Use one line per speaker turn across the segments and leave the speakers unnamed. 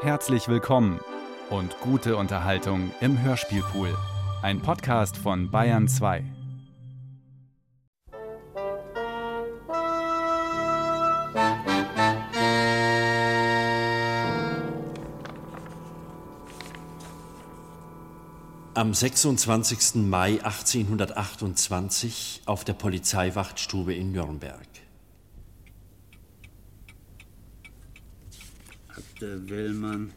Herzlich willkommen und gute Unterhaltung im Hörspielpool. Ein Podcast von Bayern 2.
Am 26. Mai 1828 auf der Polizeiwachtstube in Nürnberg.
Akte Willmann,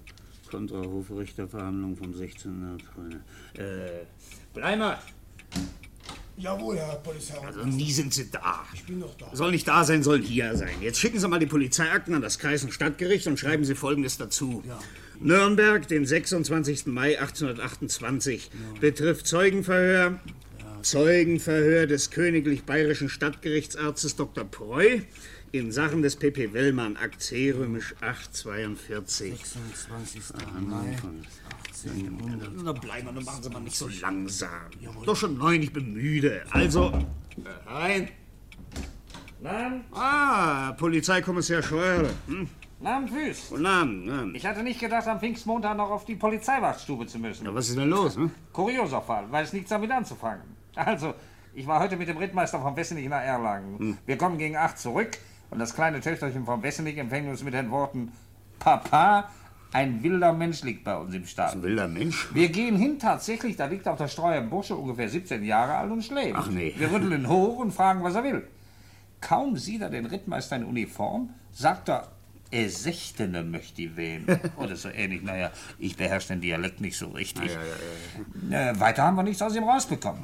Kontra Hofrichterverhandlung vom 16. April. Äh, Bleimer!
Jawohl, Herr Polizeirat.
Also nie sind sie da.
ich bin noch da.
Soll nicht da sein, sollen hier sein. Jetzt schicken Sie mal die Polizeiakten an das Kreis- und Stadtgericht und schreiben Sie Folgendes dazu. Nürnberg, den 26. Mai 1828. Betrifft Zeugenverhör. Zeugenverhör des königlich bayerischen Stadtgerichtsarztes Dr. Preu in Sachen des PP Willmann, Akt C, römisch Ah, 842.
26. Mai.
Na, bleiben wir, nun machen Sie mal nicht so langsam. Doch schon neun, ich bin müde. Also, äh, rein.
Namen?
Ah, Polizeikommissar Scheuer. Hm?
Namen Füß.
Guten Abend. Abend.
Ich hatte nicht gedacht, am Pfingstmontag noch auf die Polizeiwachtstube zu müssen.
Na, was ist denn los, ne?
Kurioser Fall, weiß nichts damit anzufangen. Also, ich war heute mit dem Rittmeister vom Wessenig nach Erlangen.
Hm.
Wir kommen gegen acht zurück und das kleine Töchterchen vom Wessenig empfängt uns mit den Worten: Papa, ein wilder Mensch liegt bei uns im Stall.
Wilder Mensch.
Wir gehen hin, tatsächlich, da liegt auf der Streu ein Bursche, ungefähr 17 Jahre alt und schläft.
Ach nee.
Wir rütteln ihn hoch und fragen, was er will. Kaum sieht er den Rittmeister in Uniform, sagt er, er Sechtene möchte ich wählen. Oder so ähnlich. Naja, ich beherrsche den Dialekt nicht so richtig. Äh, weiter haben wir nichts aus ihm rausbekommen.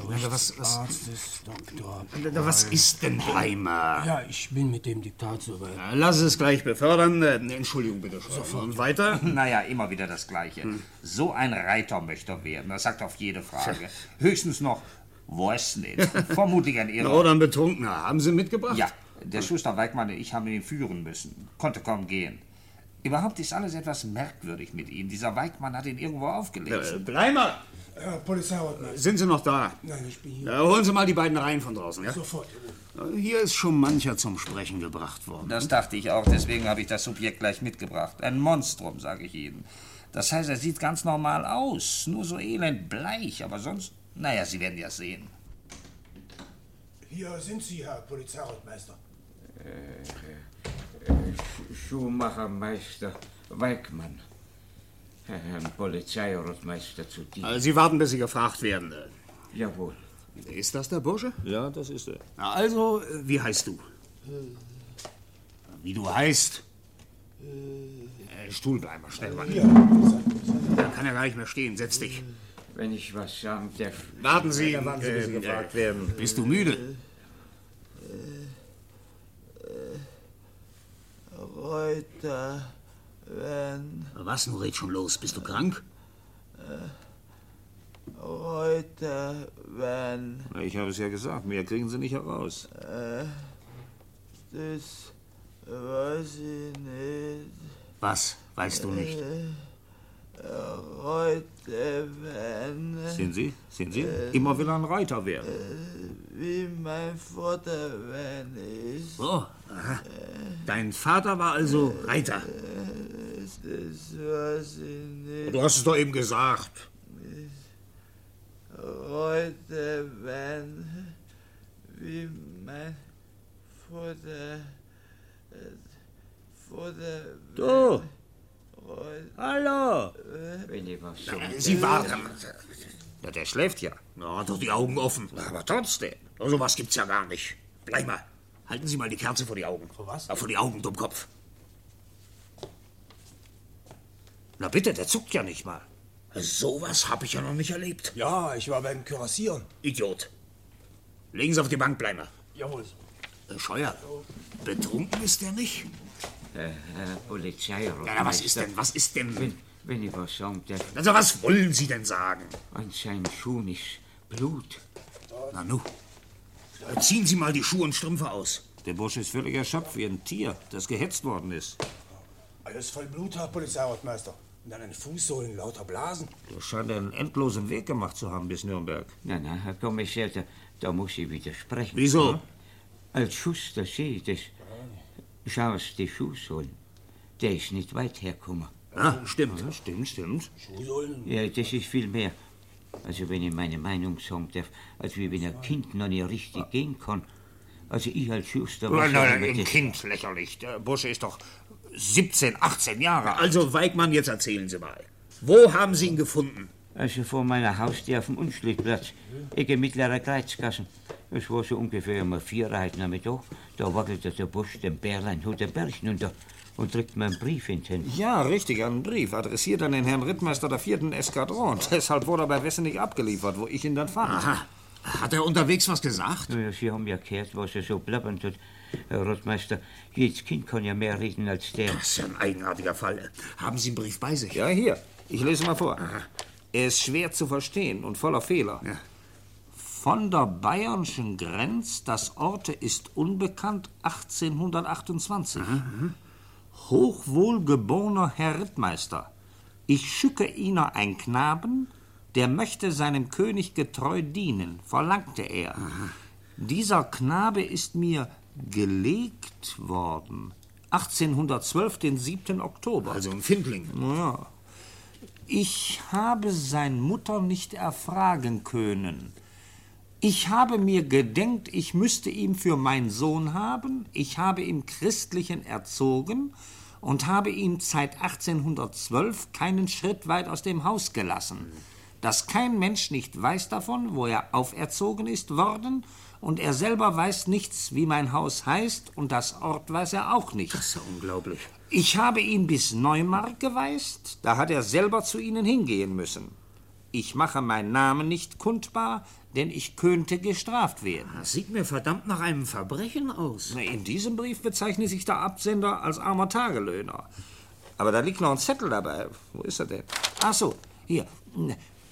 Stadtgerichtsarzt ist Doktor.
was ist denn Bleimer?
Ja, ich bin mit dem Diktat soweit.
Na, Lass es gleich befördern. Äh, Entschuldigung, bitte. Sofort. Und weiter? Hm.
Naja, immer wieder das Gleiche. So ein Reiter möchte er werden. Das sagt er auf jede Frage. Höchstens noch, weiß nicht. Vermutlich ein Irrer.
Oder ein Betrunkener. Haben Sie ihn mitgebracht?
Ja, der Schuster Weigmann und ich haben ihn führen müssen. Konnte kaum gehen. Überhaupt ist alles etwas merkwürdig mit ihm. Dieser Weigmann hat ihn irgendwo
Äh,
aufgelesen.
Bleimer,
Herr Polizeirat.
sind Sie noch da?
Nein, ich bin hier.
Äh, holen Sie mal die beiden Reihen von draußen, ja?
Sofort.
Äh,
Hier ist schon mancher zum Sprechen gebracht worden.
ne?
Das dachte ich auch, deswegen habe ich das Subjekt gleich mitgebracht. Ein Monstrum, sage ich Ihnen. Das heißt, er sieht ganz normal aus. Nur so elend bleich, aber sonst. Naja, Sie werden ja sehen.
Hier sind Sie, Herr Polizeiratmeister.
Schuhmachermeister Weigmann. Herrn Polizeirottmeister zu dir.
Äh, Sie warten, bis Sie gefragt werden. Äh,
Jawohl.
Ist das der Bursche?
Ja, das ist er.
Na, Also, äh, wie heißt du? Wie du heißt? Äh, Stuhlbleiber, schnell mal. Da kann er gar nicht mehr stehen, setz dich.
Wenn ich was sagen darf.
Warten Sie, äh, gefragt werden. Bist du müde?
Reuter, wenn
Was nun, red schon los, bist du krank?
Reuter, Äh, wenn
Ich habe es ja gesagt, mehr kriegen Sie nicht heraus.
Äh. das weiß ich nicht.
Was, weißt du nicht?
Reuter, wenn
Sehen Sie? Sehen Sie?
Äh.
Immer will er ein Reiter werden.
wie mein Vater, wenn ich
So, aha. Dein Vater war also Reiter.
das weiß ich nicht.
Du hast es doch eben gesagt.
Reuter, wenn wie mein Vater, äh, Vater,
Oh,
Reuter.
hallo!
Wenn ich was so
Sie warten. Ja, der schläft ja. Na, hat doch die Augen offen. aber trotzdem. So sowas gibt's ja gar nicht. Bleib mal. Halten Sie mal die Kerze vor die Augen. Vor was? vor die Augen, Dummkopf. Na bitte, der zuckt ja nicht mal. Sowas habe ich ja noch nicht erlebt.
Ja, ich war beim Kürassieren.
Idiot. Legen Sie auf die Bank, Bleimer.
Jawohl.
Äh, Scheuer, betrunken ist der nicht?
Äh, Herr Polizeirottmeister.
Ja, na, was ist denn, was ist denn?
Wenn, wenn ich was sagen darf,
Also, was wollen Sie denn sagen?
an seinen Schuhen ist Blut.
Na nu, äh, ziehen Sie mal die Schuhe und Strümpfe aus.
Der Bursche ist völlig erschöpft wie ein Tier, das gehetzt worden ist.
Alles voll Blut, Herr Polizeiratmeister. Und dann an den Fußsohlen lauter Blasen.
Er scheint einen endlosen Weg gemacht zu haben bis Nürnberg. Nein, nein, Herr Kommissär, da, da muss ich widersprechen.
Wieso?
Als Schuster sehe ich das. Schau es die Schuhe holen. der ist nicht weit hergekommen.
Ah, stimmt.
Ja, stimmt, stimmt.
Schuhsohlen?
Ja, das ist viel mehr. Also, wenn ich meine Meinung sagen darf, als wie wenn ein Kind noch nicht richtig gehen kann. Also, ich als
Äh,
Schuster. was
Nein,
sagen
nein,
wir
im
das?
Kind lächerlich. Der Bursche ist doch 17, 18 Jahre alt.
Also, Weigmann, jetzt erzählen Sie mal. Wo haben Sie ihn gefunden?
Also vor meiner Haustür auf dem Unschlittplatz, Ecke mittlerer Kreuzgassen. Es war so ungefähr um vier Uhr heute Nachmittag. Da wackelte der Busch den Bärlein den Berg hinunter und drückt mir einen Brief in die Hände.
Ja, richtig, einen Brief, adressiert an den Herrn Rittmeister der vierten Eskadron. Deshalb wurde er bei Wessenig abgeliefert, wo ich ihn dann fand.
Hat er unterwegs was gesagt?
Naja, Sie haben ja gehört, was er so blabbernd tut. Herr Rottmeister, jedes Kind kann ja mehr reden als der.
Das ist ja ein eigenartiger Fall. Haben Sie einen Brief bei sich?
Ja, hier. Ich lese mal vor. Er ist schwer zu verstehen und voller Fehler. Von der bayernischen Grenz, das Orte ist unbekannt, 1828. Hochwohlgeborener Herr Rittmeister, ich schicke Ihnen einen Knaben, der möchte seinem König getreu dienen, verlangte er. Dieser Knabe ist mir gelegt worden. 1812, den 7. Oktober.
Also ein Findling.
Ja. Ich habe sein Mutter nicht erfragen können. Ich habe mir gedenkt, ich müsste ihm für meinen Sohn haben. Ich habe ihn christlichen erzogen und habe ihm seit 1812 keinen Schritt weit aus dem Haus gelassen. Dass kein Mensch nicht weiß davon, wo er auferzogen ist worden, und er selber weiß nichts, wie mein Haus heißt, und das Ort weiß er auch nicht.
Das ist ja unglaublich.
Ich habe ihn bis Neumark geweist, da hat er selber zu Ihnen hingehen müssen. Ich mache meinen Namen nicht kundbar, denn ich könnte gestraft werden.
Das Ah, sieht mir verdammt nach einem Verbrechen aus.
In diesem Brief bezeichne sich der Absender als armer Tagelöhner. Aber da liegt noch ein Zettel dabei. Wo ist er denn? Ach so, hier.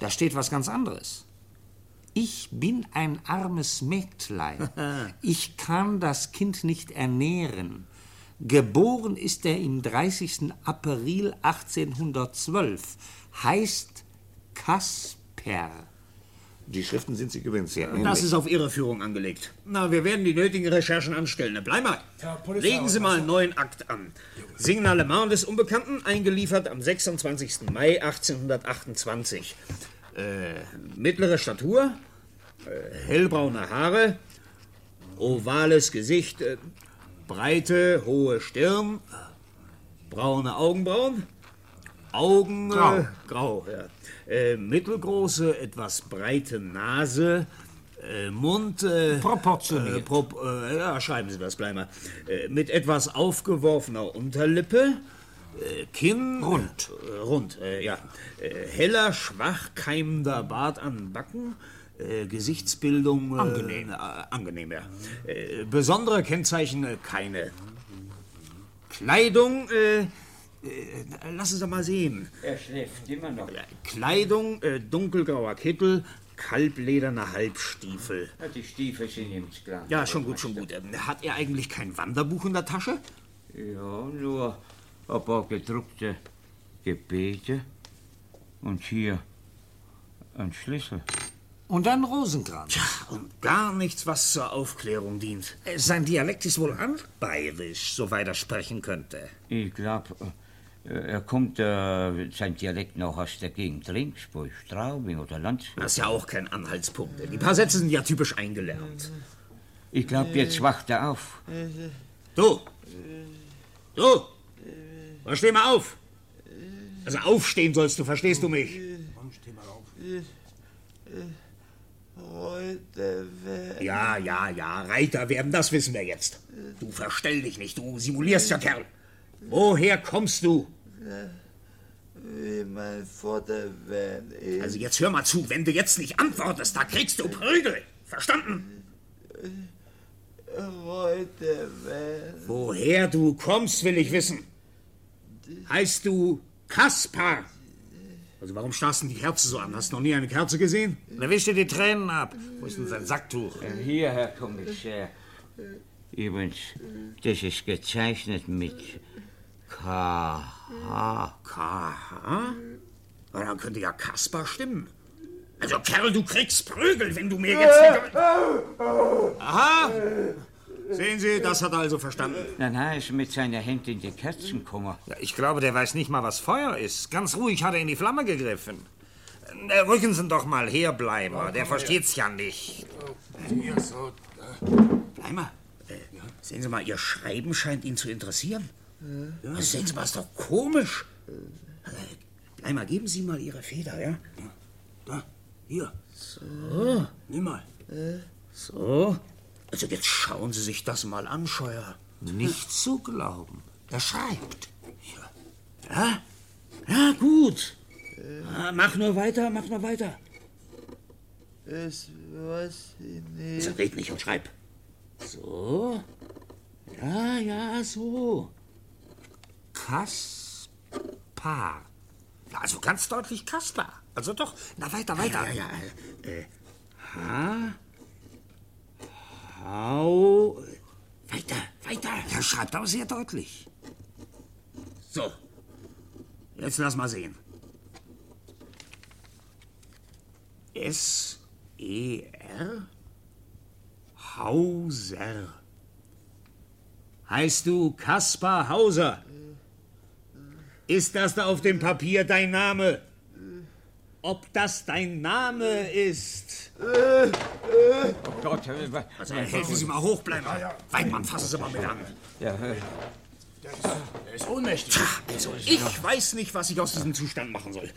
Da steht was ganz anderes. Ich bin ein armes Mägdlein. Ich kann das Kind nicht ernähren. Geboren ist er im 30. April 1812. Heißt Kasper. Die Schriften sind Sie übrigens
Äh,
sehr ähnlich.
Das ist auf Irreführung angelegt. Na, wir werden die nötigen Recherchen anstellen. Bleib mal.
Ja, Polizei-
Legen Sie mal einen neuen Akt an. Signalement des Unbekannten, eingeliefert am 26. Mai 1828. Äh, mittlere Statur, äh, hellbraune Haare, ovales Gesicht, äh, breite, hohe Stirn, braune Augenbrauen, Augen grau, äh, grau ja. äh, mittelgroße, etwas breite Nase, äh, Mund äh,
Proportioniert.
Äh, prop, äh, ja, schreiben Sie das gleich mal. Äh, mit etwas aufgeworfener Unterlippe. äh, Kinn. Rund. Äh, rund, äh, ja. Äh, heller, schwach keimender Bart an Backen. Äh, Gesichtsbildung. Äh, angenehm. Äh, angenehm, ja. Äh, besondere Kennzeichen äh, keine. Kleidung, äh, äh, lass uns doch mal sehen.
Er schläft immer noch.
Kleidung, äh, dunkelgrauer Kittel, kalblederne Halbstiefel.
Die Stiefel sind ihm klar.
Ja, schon gut, schon gut. Ähm, Hat er eigentlich kein Wanderbuch in der Tasche?
Ja, nur ein paar gedruckte Gebete und hier ein Schlüssel.
Und ein Rosenkranz.
Und gar nichts, was zur Aufklärung dient.
Äh, Sein Dialekt ist wohl anbayerisch, soweit er sprechen könnte.
Ich glaube, er kommt äh, sein Dialekt noch aus der Gegend Ringsburg, Straubing oder Landshut.
Das ist ja auch kein Anhaltspunkt. Die paar Sätze sind ja typisch eingelernt.
Ich glaube, jetzt wacht er auf.
Du! Du! Dann steh mal auf! Also aufstehen sollst du, verstehst du mich?
heute wär
Ja, ja, ja, Reiter werden, das wissen wir jetzt. Du verstell dich nicht, du simulierst ja Kerl. Woher kommst du?
wie mein Vater, wenn ich
Also jetzt hör mal zu, wenn du jetzt nicht antwortest, da kriegst du Prügel. Verstanden?
Äh, heute wenn
Woher du kommst, will ich wissen. Heißt du Kaspar? Also warum starrst du denn die Kerze so an? Hast du noch nie eine Kerze gesehen?
Da wischt er die Tränen ab. Wo ist denn sein Sacktuch?
Äh, Hier, Herr Kommissar. Übrigens, das ist gezeichnet mit KH.
Aha. Na, dann könnte ja Kaspar stimmen. Also Kerl, du kriegst Prügel, wenn du mir jetzt... nicht- Aha! Sehen Sie, das hat er also verstanden.
Dann hat er es mit seiner Hand in die Kerzenkummer.
Ja, ich glaube, der weiß nicht mal, was Feuer ist. Ganz ruhig hat er in die Flamme gegriffen. Na, Rücken Sie doch mal her, Bleimer.
Oh,
Der versteht's ja nicht.
Hier, so.
Bleimer, äh, sehen Sie mal, Ihr Schreiben scheint ihn zu interessieren. Ja, sehen Sie mal, ist doch komisch. Äh, Bleimer, geben Sie mal Ihre Feder, ja?
Da, hier.
So,
Nimm mal.
so. Also jetzt schauen Sie sich das mal an, Scheuer.
Nicht zu glauben.
Er schreibt. Ja? Ja, gut. Ah, mach nur weiter, mach nur weiter.
es weiß ich nicht.
Also red nicht und schreib. So. Ja, ja, so.
Kaspar. Ja, also ganz deutlich Kaspar. Also doch. Na, weiter, weiter.
Ja, ja, äh, äh, ha, hau, weiter, weiter.
Er schreibt aber sehr deutlich.
So, jetzt lass mal sehen. E S-E-R? Hauser. Heißt du Kaspar Hauser? Ist das da auf dem Papier dein Name? Ob das dein Name ist?
Gott, äh, wa-
Also, helfen Sie mal hoch, bleiben. Weidmann, fassen Sie mal mit an.
ja, äh,
Er ist ohnmächtig.
Also, ich weiß nicht, was ich aus diesem Zustand machen soll.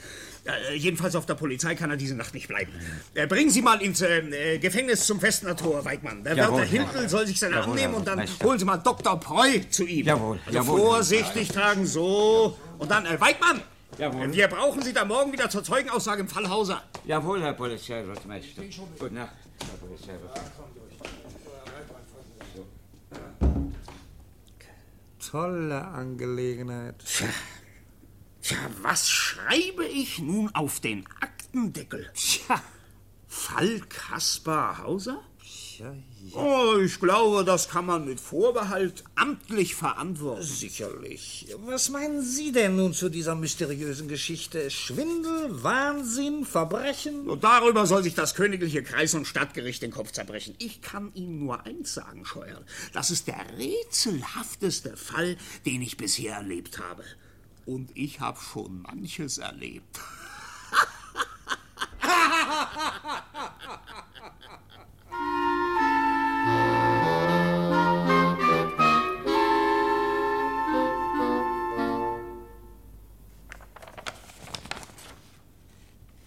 Äh, jedenfalls auf der Polizei kann er diese Nacht nicht bleiben. Äh, bringen Sie mal ins äh, äh, Gefängnis zum Festner Tor, Weidmann. Der
Jawohl,
Wärter Hintel soll sich seiner
Jawohl,
annehmen und dann
jawohl, Meister.
holen Sie mal Dr. Preu zu ihm.
Jawohl,
also
jawohl.
vorsichtig tragen, so. Und dann, äh, Weidmann!
Jawohl.
äh, Wir brauchen Sie da morgen wieder zur Zeugenaussage im Fall Hauser.
jawohl, Herr Polizeiwachtmeister. Gute Nacht, Herr Polizeiwachtmeister.
Tolle Angelegenheit.
Tja, was schreibe ich nun auf den Aktendeckel? Tja, Fall Kaspar Hauser? Oh, ich glaube, das kann man mit Vorbehalt amtlich verantworten. Sicherlich.
Was meinen Sie denn nun zu dieser mysteriösen Geschichte? Schwindel, Wahnsinn, Verbrechen?
Und darüber soll sich das königliche Kreis- und Stadtgericht den Kopf zerbrechen. Ich kann Ihnen nur eins sagen, Scheuer. Das ist der rätselhafteste Fall, den ich bisher erlebt habe. Und ich habe schon manches erlebt.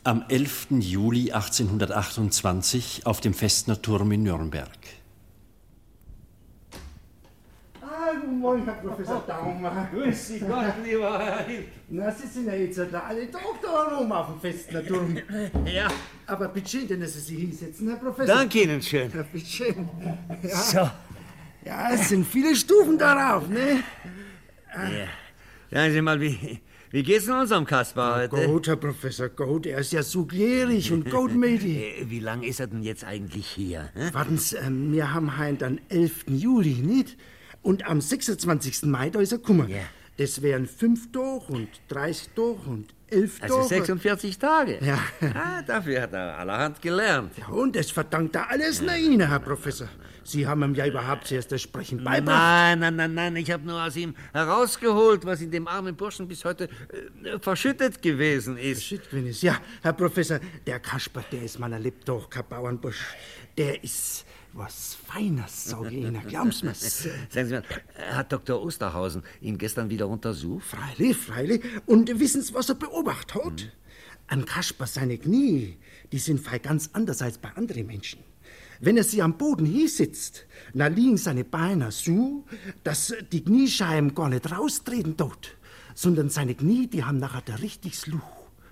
Am 11. Juli 1828 auf dem Festner Turm in Nürnberg.
Ah, guten Morgen, Herr Professor Daumer. Grüß dich Gott, lieber Herr Na, Sie sind ja jetzt da alle doch da rum auf dem festen Turm.
Ja,
Aber bitte schön, denn dass Sie sich hinsetzen, Herr Professor.
danke Ihnen schön.
Ja, bitte schön. Ja. Ja, es sind viele Stufen darauf, ne?
Sagen Sie mal, wie, wie geht's denn unserem Kaspar heute?
Gut, Herr Professor, gut. Er ist ja so glärig und goldmädig.
Äh, Wie lang ist er denn jetzt eigentlich hier? hä?
Warten Sie, ähm, wir haben heute den 11. Juli, nicht? Und am 26. Mai, da ist er gekommen.
Ja.
Das wären fünf Doch und 30 Doch und 11
Also
Doch.
46 Tage.
Ja.
Ah, dafür hat er allerhand gelernt.
Ja, und das verdankt er alles nach Ihnen, Herr Professor. Sie haben ihm ja überhaupt zuerst das Sprechen beibracht.
Nein, nein, nein, nein, ich habe nur aus ihm herausgeholt, was in dem armen Burschen bis heute äh, verschüttet gewesen ist.
Shit, Winnis. Ja, Herr Professor, der Kasper, der ist meiner Lebtag kein Bauernbusch. Der ist was Feines, sage ich Ihnen. Glauben Sie mir's.
Sagen Sie mal, äh, hat Dr. Osterhausen ihn gestern wieder untersucht?
Freilich, freilich. Und wissen Sie, was er beobachtet hat? An Kasper seine Knie, die sind frei ganz anders als bei anderen Menschen. Wenn er sie am Boden hinsitzt, na liegen seine Beine so, dass äh, die Kniescheiben gar nicht raustreten dort, sondern seine Knie, die haben nachher da richtiges Luch.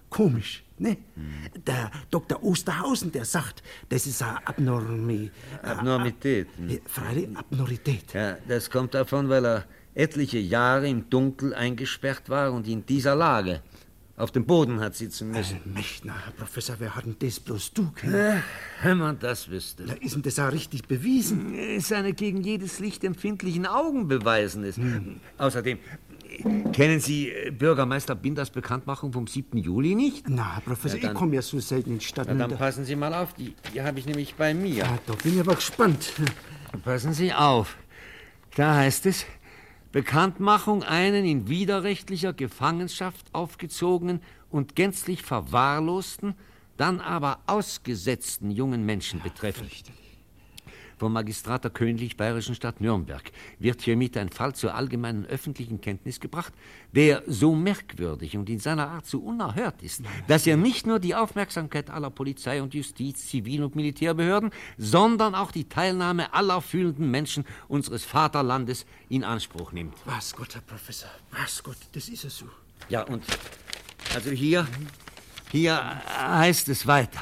Komisch, ne?
Hm.
Der Dr. Osterhausen, der sagt, das ist eine Abnormi...
Äh, Abnormität.
Ja, Äh, Freilich, Abnormität.
Ja, das kommt davon, weil er etliche Jahre im Dunkel eingesperrt war und in dieser Lage auf dem Boden hat sitzen müssen.
Mächtner, Herr Professor, wer hat denn das bloß Äh, du kennen?
Wenn man das wüsste. Hm,
Da ist denn das auch richtig bewiesen?
Ist eine gegen jedes Licht empfindlichen Augen beweisen ist.
Hm.
Außerdem, äh, kennen Sie äh, Bürgermeister Binders Bekanntmachung vom 7. Juli nicht?
Na, Herr Professor,
dann-
ich komme ja so selten in die Stadt.
Na,
und
dann
da-
passen Sie mal auf, die, die habe ich nämlich bei mir.
ja, da bin ich aber gespannt.
Passen Sie auf. Da heißt es, Bekanntmachung einen in widerrechtlicher Gefangenschaft aufgezogenen und gänzlich verwahrlosten, dann aber ausgesetzten jungen Menschen betreffend. Vom Magistrat der Königlich Bayerischen Stadt Nürnberg wird hiermit ein Fall zur allgemeinen öffentlichen Kenntnis gebracht, der so merkwürdig und in seiner Art so unerhört ist, dass er nicht nur die Aufmerksamkeit aller Polizei und Justiz, Zivil- und Militärbehörden, sondern auch die Teilnahme aller fühlenden Menschen unseres Vaterlandes in Anspruch nimmt.
Was Gott, Herr Professor, was Gott, das ist es so.
Ja, und also hier, hier heißt es weiter.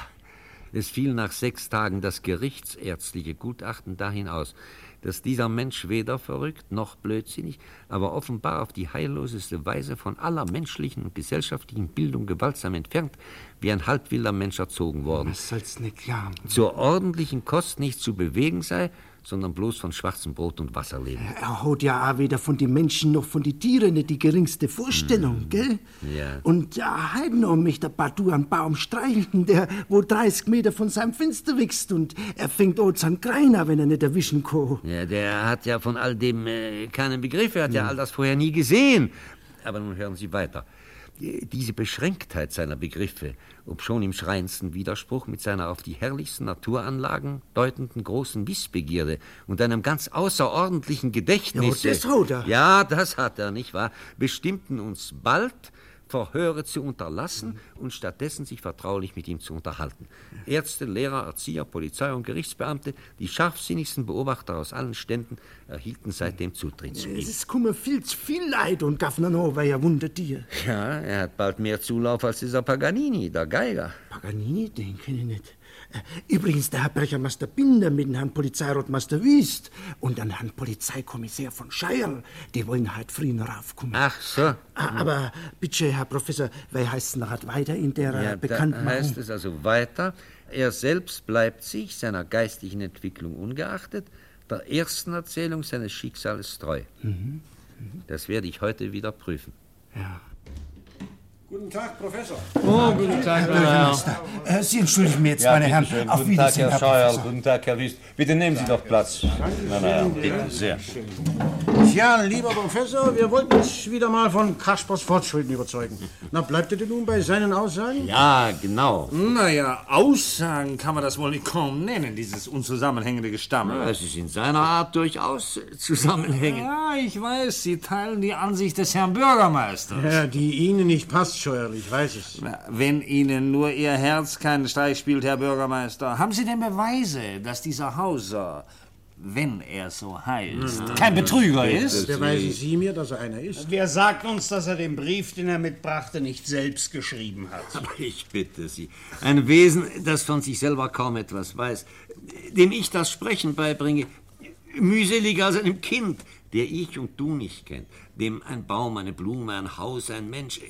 Es fiel nach sechs Tagen das gerichtsärztliche Gutachten dahin aus, dass dieser Mensch weder verrückt noch blödsinnig, aber offenbar auf die heilloseste Weise von aller menschlichen und gesellschaftlichen Bildung gewaltsam entfernt, wie ein halbwilder Mensch erzogen worden.
Was soll's nicht jammern?
Zur ordentlichen Kost nicht zu bewegen sei, sondern bloß von schwarzem Brot und Wasser leben.
Er hat ja auch weder von den Menschen noch von den Tieren nicht die geringste Vorstellung, gell?
Ja.
Und ja, heute noch möchte der Badu einen Baum streicheln, der wo 30 Meter von seinem Fenster wächst und er fängt an zu Greiner, wenn er nicht erwischen kann.
Ja, der hat ja von all dem äh, keinen Begriff, er hat ja all das vorher nie gesehen. Aber nun hören Sie weiter. Äh, Diese Beschränktheit seiner Begriffe, obschon im schreiendsten Widerspruch mit seiner auf die herrlichsten Naturanlagen deutenden großen Wissbegierde und einem ganz außerordentlichen Gedächtnis.
Ja, das hat er.
Ja, das hat er, nicht wahr? Bestimmten uns bald, Verhöre zu unterlassen und stattdessen sich vertraulich mit ihm zu unterhalten. Ärzte, Lehrer, Erzieher, Polizei und Gerichtsbeamte, die scharfsinnigsten Beobachter aus allen Ständen, erhielten seitdem Zutritt zu ihm.
Es ist kummer viel zu viel Leid und Gaffner noch, weil er wundert dir.
Ja, er hat bald mehr Zulauf als dieser Paganini, der Geiger.
Paganini, den kenne ich nicht. Äh, Übrigens, der Herr Brechermeister Binder mit dem Herrn Polizeirotmeister Wüst und dem Herrn Polizeikommissär von Scheier, die wollen halt früh noch raufkommen.
Ach so.
Ah, Aber bitte, Herr Professor, wer heißt denn halt weiter in der
Ja,
ja,
da
Bekanntmachung?
heißt es also weiter, er selbst bleibt sich seiner geistlichen Entwicklung ungeachtet der ersten Erzählung seines Schicksals treu.
Mhm.
Das werde ich heute wieder prüfen.
Guten Tag, Professor.
Oh, guten Tag,
Herr Bürgermeister. Äh, Sie entschuldigen mir jetzt,
Ja,
meine
bitte
Herren.
schön.
Auf
guten Tag,
Wiedersehen,
Herr
Herr
Scheuer.
Professor.
Guten Tag, Herr Wüst. Bitte nehmen Sie doch Platz. Na, na, ja, bitte sehr.
Tja, lieber Professor, wir wollten uns wieder mal von Kaspers Fortschritten überzeugen. Na, bleibt er denn nun bei seinen Aussagen?
Ja, genau.
Naja, Aussagen kann man das wohl nicht kaum nennen, dieses unzusammenhängende Gestammel.
Ja, es ist in seiner Art durchaus zusammenhängend.
Ja, ich weiß, Sie teilen die Ansicht des Herrn Bürgermeisters.
Ja, die Ihnen nicht passt, scheuerlich, weiß ich.
Wenn Ihnen nur Ihr Herz keinen Streich spielt, Herr Bürgermeister, haben Sie denn Beweise, dass dieser Hauser, wenn er so heißt, kein Betrüger ist?
Beweisen Sie mir, dass er einer ist.
Wer sagt uns, dass er den Brief, den er mitbrachte, nicht selbst geschrieben hat?
Aber ich bitte Sie.
Ein Wesen, das von sich selber kaum etwas weiß, dem ich das Sprechen beibringe, mühseliger als einem Kind, der ich und du nicht kennt, dem ein Baum, eine Blume, ein Haus, ein Mensch,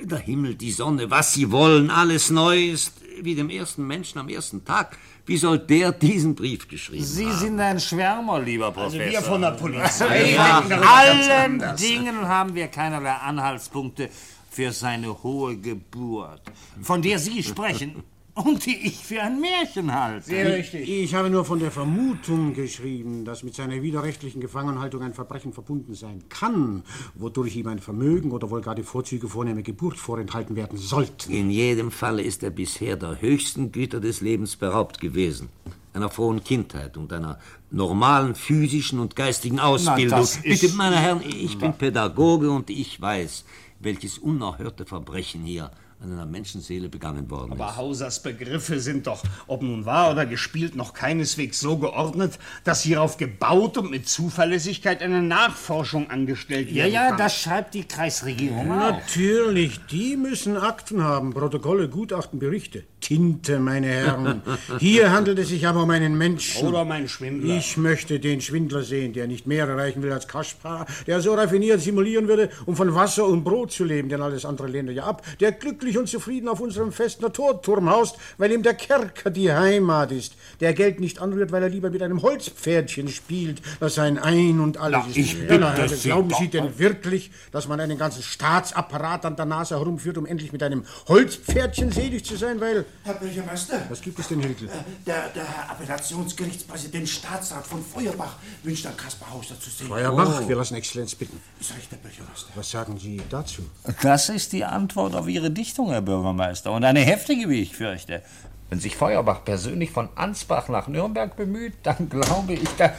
der Himmel, die Sonne, was sie wollen, alles neu ist, wie dem ersten Menschen am ersten Tag. Wie soll der diesen Brief geschrieben
Sie
haben?
sind ein Schwärmer, lieber Professor.
Also wir von der
Wir
Polizei
ja.
denken darüber ganz
allen
anders.
Dingen haben wir keinerlei Anhaltspunkte für seine hohe Geburt, von der Sie sprechen und die ich für ein Märchen halte.
Ich, ich habe nur von der Vermutung geschrieben, dass mit seiner widerrechtlichen Gefangenhaltung ein Verbrechen verbunden sein kann, wodurch ihm ein Vermögen oder wohl gar die Vorzüge vornehmer Geburt vorenthalten werden sollten.
In jedem Falle ist er bisher der höchsten Güter des Lebens beraubt gewesen. Einer frohen Kindheit und einer normalen physischen und geistigen Ausbildung.
das ist-
Bitte, meine Herren, ich bin Pädagoge und ich weiß, welches unerhörte Verbrechen hier an einer Menschenseele begangen worden ist.
Aber Hausers Begriffe sind doch, ob nun wahr oder gespielt, noch keineswegs so geordnet, dass hierauf gebaut und mit Zuverlässigkeit eine Nachforschung angestellt
Ja,
werden
ja,
kann.
das schreibt die Kreisregierung auch.
Natürlich, die müssen Akten haben, Protokolle, Gutachten, Berichte. Tinte, meine Herren. Hier handelt es sich aber um einen Menschen.
Oder um einen Schwindler.
Ich möchte den Schwindler sehen, der nicht mehr erreichen will als Kaspar, der so raffiniert simulieren würde, um von Wasser und Brot zu leben, denn alles andere lehnt er ja ab, der glücklich glücklich und zufrieden auf unserem festen Torturm haust, weil ihm der Kerker die Heimat ist, der Geld nicht anrührt, weil er lieber mit einem Holzpferdchen spielt, das sein Ein und Alles
Na,
ist.
ich
Ja,
bitte
na, also
Sie
Glauben
doch.
Sie denn wirklich, dass man einen ganzen Staatsapparat an der Nase herumführt, um endlich mit einem Holzpferdchen selig zu sein, weil...
Herr Bürgermeister?
Was gibt es denn, Hügel?
Der, der Herr Appellationsgerichtspräsident Staatsrat von Feuerbach wünscht an Kaspar Hauser zu sehen. Oh.
Feuerbach, wir lassen Exzellenz bitten.
Ist recht, Herr Bürgermeister.
Was sagen Sie dazu?
Das ist die Antwort auf Ihre Dichtung, Herr Bürgermeister, und eine heftige, wie ich fürchte. Wenn sich Feuerbach persönlich von Ansbach nach Nürnberg bemüht, dann glaube ich, da...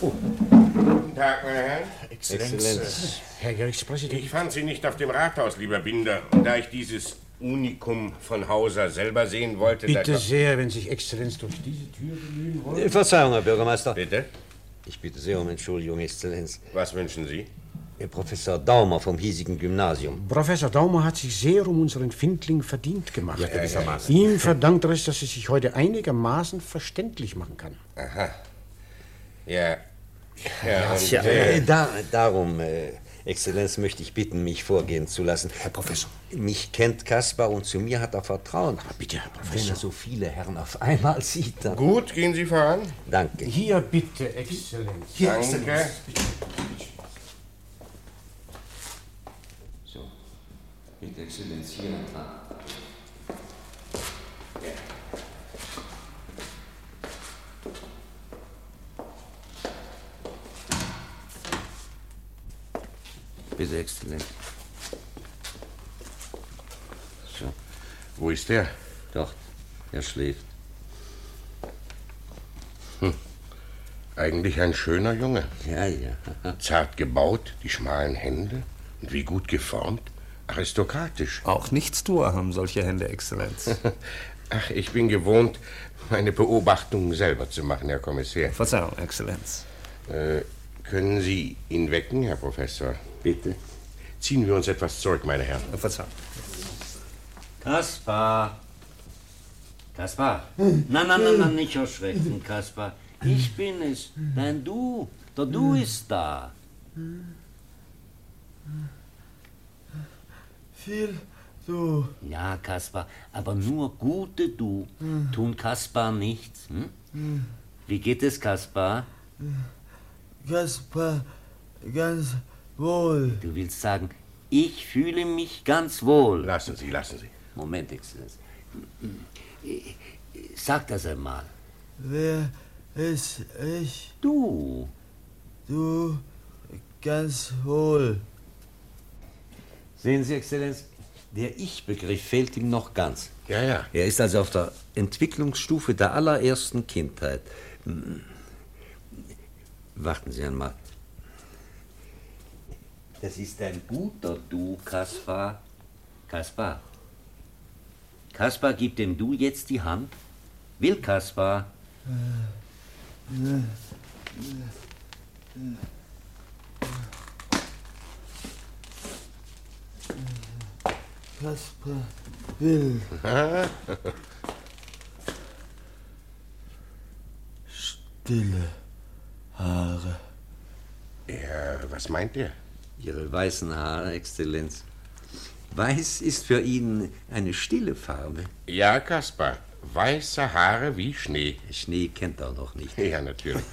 Oh.
Guten Tag, meine Herren.
Exzellenz. Exzellenz.
Herr Gerichtspräsident. Ich fand Sie nicht auf dem Rathaus, lieber Binder. Und da ich dieses Unikum von Hauser selber sehen wollte,
Bitte
da...
sehr, wenn sich Exzellenz durch diese Tür bemühen
Äh,
wollen.
Verzeihung, Herr Bürgermeister.
Bitte?
Ich bitte sehr um Entschuldigung, Exzellenz.
Was wünschen Sie?
Herr Professor Daumer vom hiesigen Gymnasium.
Professor Daumer hat sich sehr um unseren Findling verdient gemacht.
Ja, gewissermaßen.
Ihm verdankt er es, dass er sich heute einigermaßen verständlich machen kann.
Aha. Ja. Ja, und,
Tja,
äh,
äh, da, darum, äh, Exzellenz, möchte ich bitten, mich vorgehen zu lassen. Herr Professor. Mich kennt Kaspar und zu mir hat er Vertrauen.
Ah,
bitte, Herr Professor. Wenn er so viele Herren auf einmal sieht, dann...
Gut, gehen Sie voran.
Danke.
Hier bitte, Exzellenz.
Hier, Danke.
So, bitte Exzellenz, hier entlang.
Bitte, Exzellenz.
So. Wo ist der?
Dort. Er schläft.
Hm. Eigentlich ein schöner Junge.
Ja, ja.
Zart gebaut, die schmalen Hände und wie gut geformt. Aristokratisch.
Auch Nichtstuer haben solche Hände, Exzellenz.
Ach, ich bin gewohnt, meine Beobachtungen selber zu machen, Herr Kommissär.
Verzeihung, Exzellenz.
Äh, können Sie ihn wecken, Herr Professor?
Bitte.
Ziehen wir uns etwas zurück, meine Herren.
Verzeihung. Kaspar. Kaspar.
Hm.
Nein, nein, nein, nein, nicht erschrecken, Kaspar. Ich bin es. Dein Du. Der Du
Hm.
ist da.
Viel du.
Ja, Kaspar, aber nur gute Du
Hm.
tun Kaspar nichts. Hm?
Hm.
Wie geht es, Kaspar?
Kaspar, ganz wohl.
Du willst sagen, ich fühle mich ganz wohl.
Lassen Sie, lassen Sie.
Moment, Exzellenz. Hm, äh, Sag das einmal.
Wer ist ich?
Du.
Du ganz wohl.
Sehen Sie, Exzellenz, der Ich-Begriff fehlt ihm noch ganz.
Ja, ja.
Er ist also auf der Entwicklungsstufe der allerersten Kindheit. Hm. Warten Sie einmal. Das ist ein guter Du, Kaspar. Kaspar. Kaspar gibt dem Du jetzt die Hand. Will Kaspar.
Kaspar will.
Stille Haare. Ja, was meint er?
Ihre weißen Haare, Exzellenz. Weiß ist für ihn eine stille Farbe.
Ja, Kaspar. Weiße Haare wie Schnee.
Schnee kennt er noch nicht.
Ja, natürlich.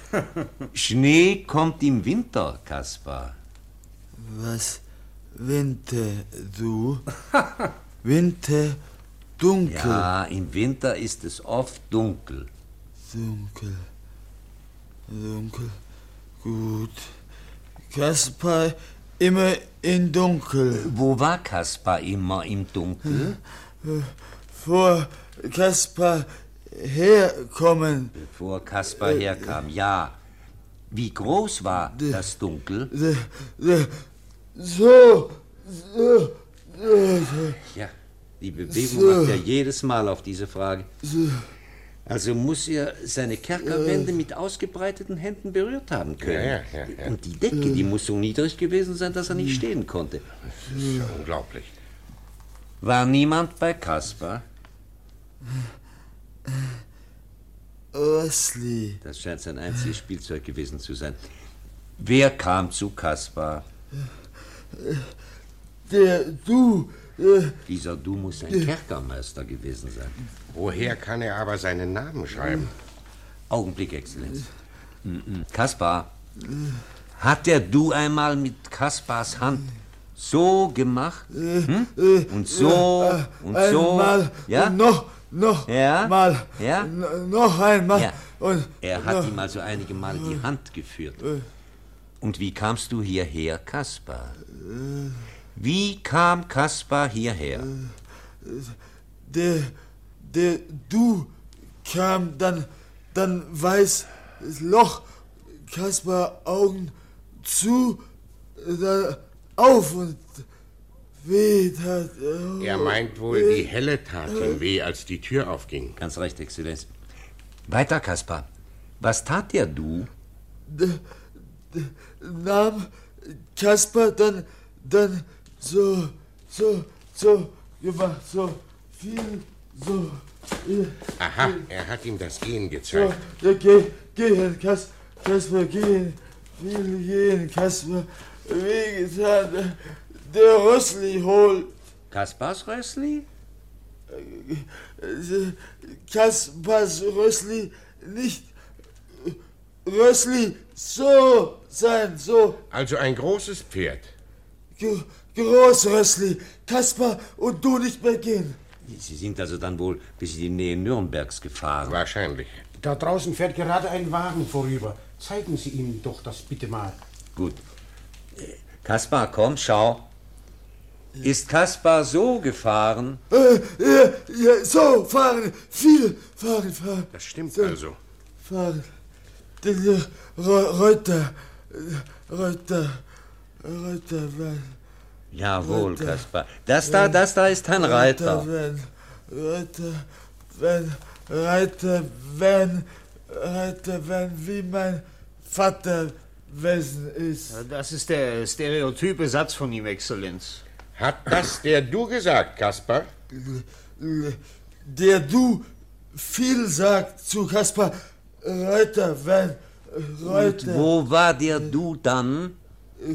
Schnee kommt im Winter, Kaspar.
Was winter du? winter dunkel.
Ja, im Winter ist es oft dunkel.
Dunkel. Dunkel. Gut. Kaspar immer in Dunkel.
Wo war Kaspar immer im Dunkel?
Vor Kaspar herkommen.
Bevor Kaspar herkam, ja. Wie groß war das Dunkel?
So. So. So.
Ja, die Bewegung
So.
macht er jedes Mal auf diese Frage.
so. Äh.
Also muss er seine Kerkerwände mit ausgebreiteten Händen berührt haben können.
Ja, ja, ja, ja.
Und die Decke,
Äh.
die muss so niedrig gewesen sein, dass er
Hm.
nicht stehen konnte.
Das ist ja unglaublich.
War niemand bei Kaspar?
Ursli.
Das scheint sein einziges Spielzeug gewesen zu sein. Wer kam zu Kaspar?
Der du äh,
Dieser Du muss ein Kerkermeister gewesen sein.
Woher kann er aber seinen Namen schreiben?
Augenblick, Exzellenz. Kaspar, hat der Du einmal mit Kaspars Hand so gemacht? Hm? Und so und so.
Äh, Einmal
ja?
und noch, noch
Ja?
mal,
Ja?
n- noch einmal.
Ja.
Und
Er hat
noch-
ihm also einige Male die Hand geführt.
Äh.
Und wie kamst du hierher, Kaspar?
Äh.
Wie kam Kaspar hierher?
Äh. Der, der, du kam dann, dann weiß Loch, Kaspar Augen zu, dann auf und weh tat.
Er meint wohl, die Helle tat ihm weh, als die Tür aufging.
Ganz recht, Exzellenz. Weiter, Kaspar. Was tat der Du?
D- d- nahm Kaspar dann, dann so, so, so gemacht, so viel, so. ihr-
Aha, er hat ihm das Gehen
So,
gezeigt.
ja, geh, gehen, Kas, Kasper, gehen, will gehen, Kasper. Wie getan, der Rössli holt. Äh,
Kaspars Rössli?
Kaspars Rössli nicht. Rössli so sein, so.
Also ein großes Pferd.
Gro- Groß Rössli, Kaspar und du nicht mehr gehen.
Sie sind also dann wohl bis in die Nähe Nürnbergs gefahren.
Wahrscheinlich.
Da draußen fährt gerade ein Wagen vorüber. Zeigen Sie ihm doch das bitte mal.
Gut. Kaspar, komm, schau. Ist Kaspar so gefahren?
Äh, äh, ja, so, fahren, viel, fahren, fahren.
Das stimmt also.
Fahren. Den hier, Reu- Reuter, äh, Reuter, Reuterwein.
Jawohl,
Reiter.
Kaspar. Das da, das da ist ein Reiter.
Reiterwein, Reiterwein, Reiterwein, Reiterwein, wie mein Vater gewesen ist.
Das ist der stereotype Satz von ihm, Exzellenz.
Hat das der Du gesagt, Kaspar?
Der du viel sagt zu Kaspar, äh, Reiterwein,
Und
Reuter.
wo war der Du dann?
äh,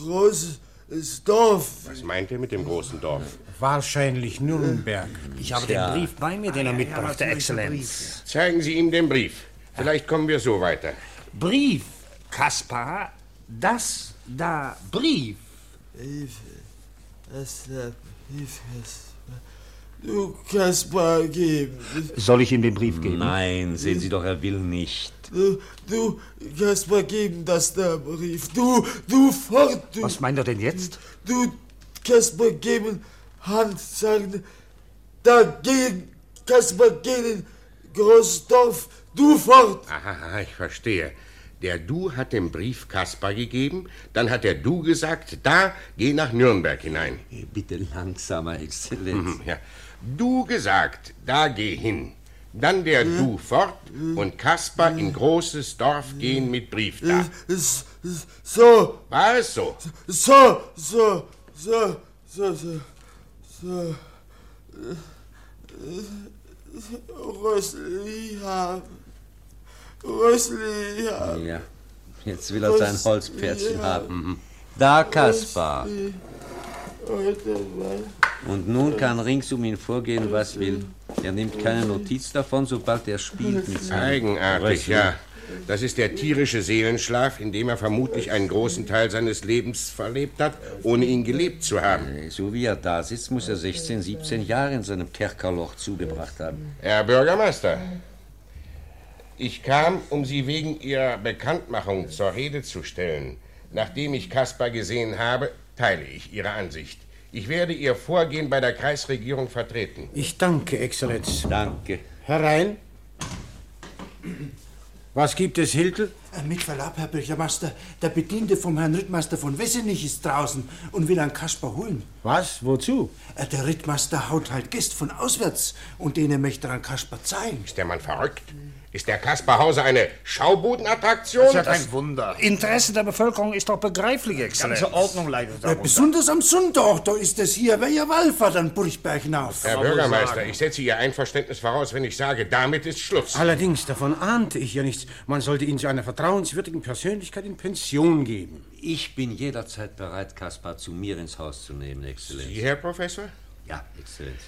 Großes Dorf.
Was meint er mit dem großen Dorf?
Wahrscheinlich Nürnberg. Ich habe
Ja.
den Brief bei mir, den er mitbrachte, Exzellenz.
Zeigen Sie ihm den Brief. Vielleicht kommen wir so weiter.
Brief, Kaspar, das da Brief.
Hilfe. Es
äh,
hat Hilfe. Du Kaspar geben.
Soll ich ihm den Brief
geben? Nein, sehen Sie doch, er will nicht.
Du, du Kaspar geben das der Brief. Du, du fort. Du,
Was meint er denn jetzt?
du Kaspar geben Hand sagen. Da gehen Kaspar gehen Großdorf. Du fort.
Aha, aha, ich verstehe. Der Du hat den Brief Kaspar gegeben, dann hat der Du gesagt, da, geh nach Nürnberg hinein. Mhm,
Bitte langsamer, Exzellenz.
Ja. Du gesagt, da geh hin. Dann der
Hm?
Du fort und Kaspar in großes Dorf gehen mit Brief da.
Äh,
So.
War es so?
So, so, so, so, so, so. Rösli haben. Rösli haben.
Ja. Jetzt will er sein Holzpferdchen
Mhm.
haben. Da, Kaspar.
Rösli. Heute war-
Und nun kann rings um ihn vorgehen, was will. Er nimmt keine Notiz davon, sobald er spielt mit seinem
Eigenartig,
Rössli.
ja. Das ist der tierische Seelenschlaf, in dem er vermutlich einen großen Teil seines Lebens verlebt hat, ohne ihn gelebt zu haben.
Äh, So wie er da sitzt, muss er 16, 17 Jahre in seinem Kerkerloch zugebracht haben.
Herr Bürgermeister, ich kam, um Sie wegen Ihrer Bekanntmachung zur Rede zu stellen. Nachdem ich Kaspar gesehen habe, teile ich Ihre Ansicht. Ich werde Ihr Vorgehen bei der Kreisregierung vertreten.
Ich danke, Exzellenz.
Danke.
Herein. Was gibt es, Hiltel?
Äh, Mit Verlaub, Herr Bürgermeister, der Bediente vom Herrn Rittmeister von Wessenich ist draußen und will einen Kasper holen. Äh,
Was? Wozu?
Der Rittmeister haut halt Gäste von auswärts und denen möchte er einen Kasper zeigen.
Ist der Mann verrückt? Ist der Kaspar Hauser eine Schaubudenattraktion?
Das ist ja kein
Wunder.
Interesse der Bevölkerung ist doch begreiflich, Exzellenz.
ganze
Ordnung leidet
Ja, besonders am Sonntag, da ist es hier, wer ja Wallfahrt an Burgberg hinauf.
Herr Bürgermeister, ich setze Ihr Einverständnis voraus, wenn ich sage, damit ist Schluss.
Allerdings, davon ahnte ich ja nichts. Man sollte ihn zu einer vertrauenswürdigen Persönlichkeit in Pension geben.
Ich bin jederzeit bereit, Kaspar zu mir ins Haus zu nehmen, Exzellenz.
Sie, Herr Professor?
Ja, Exzellenz.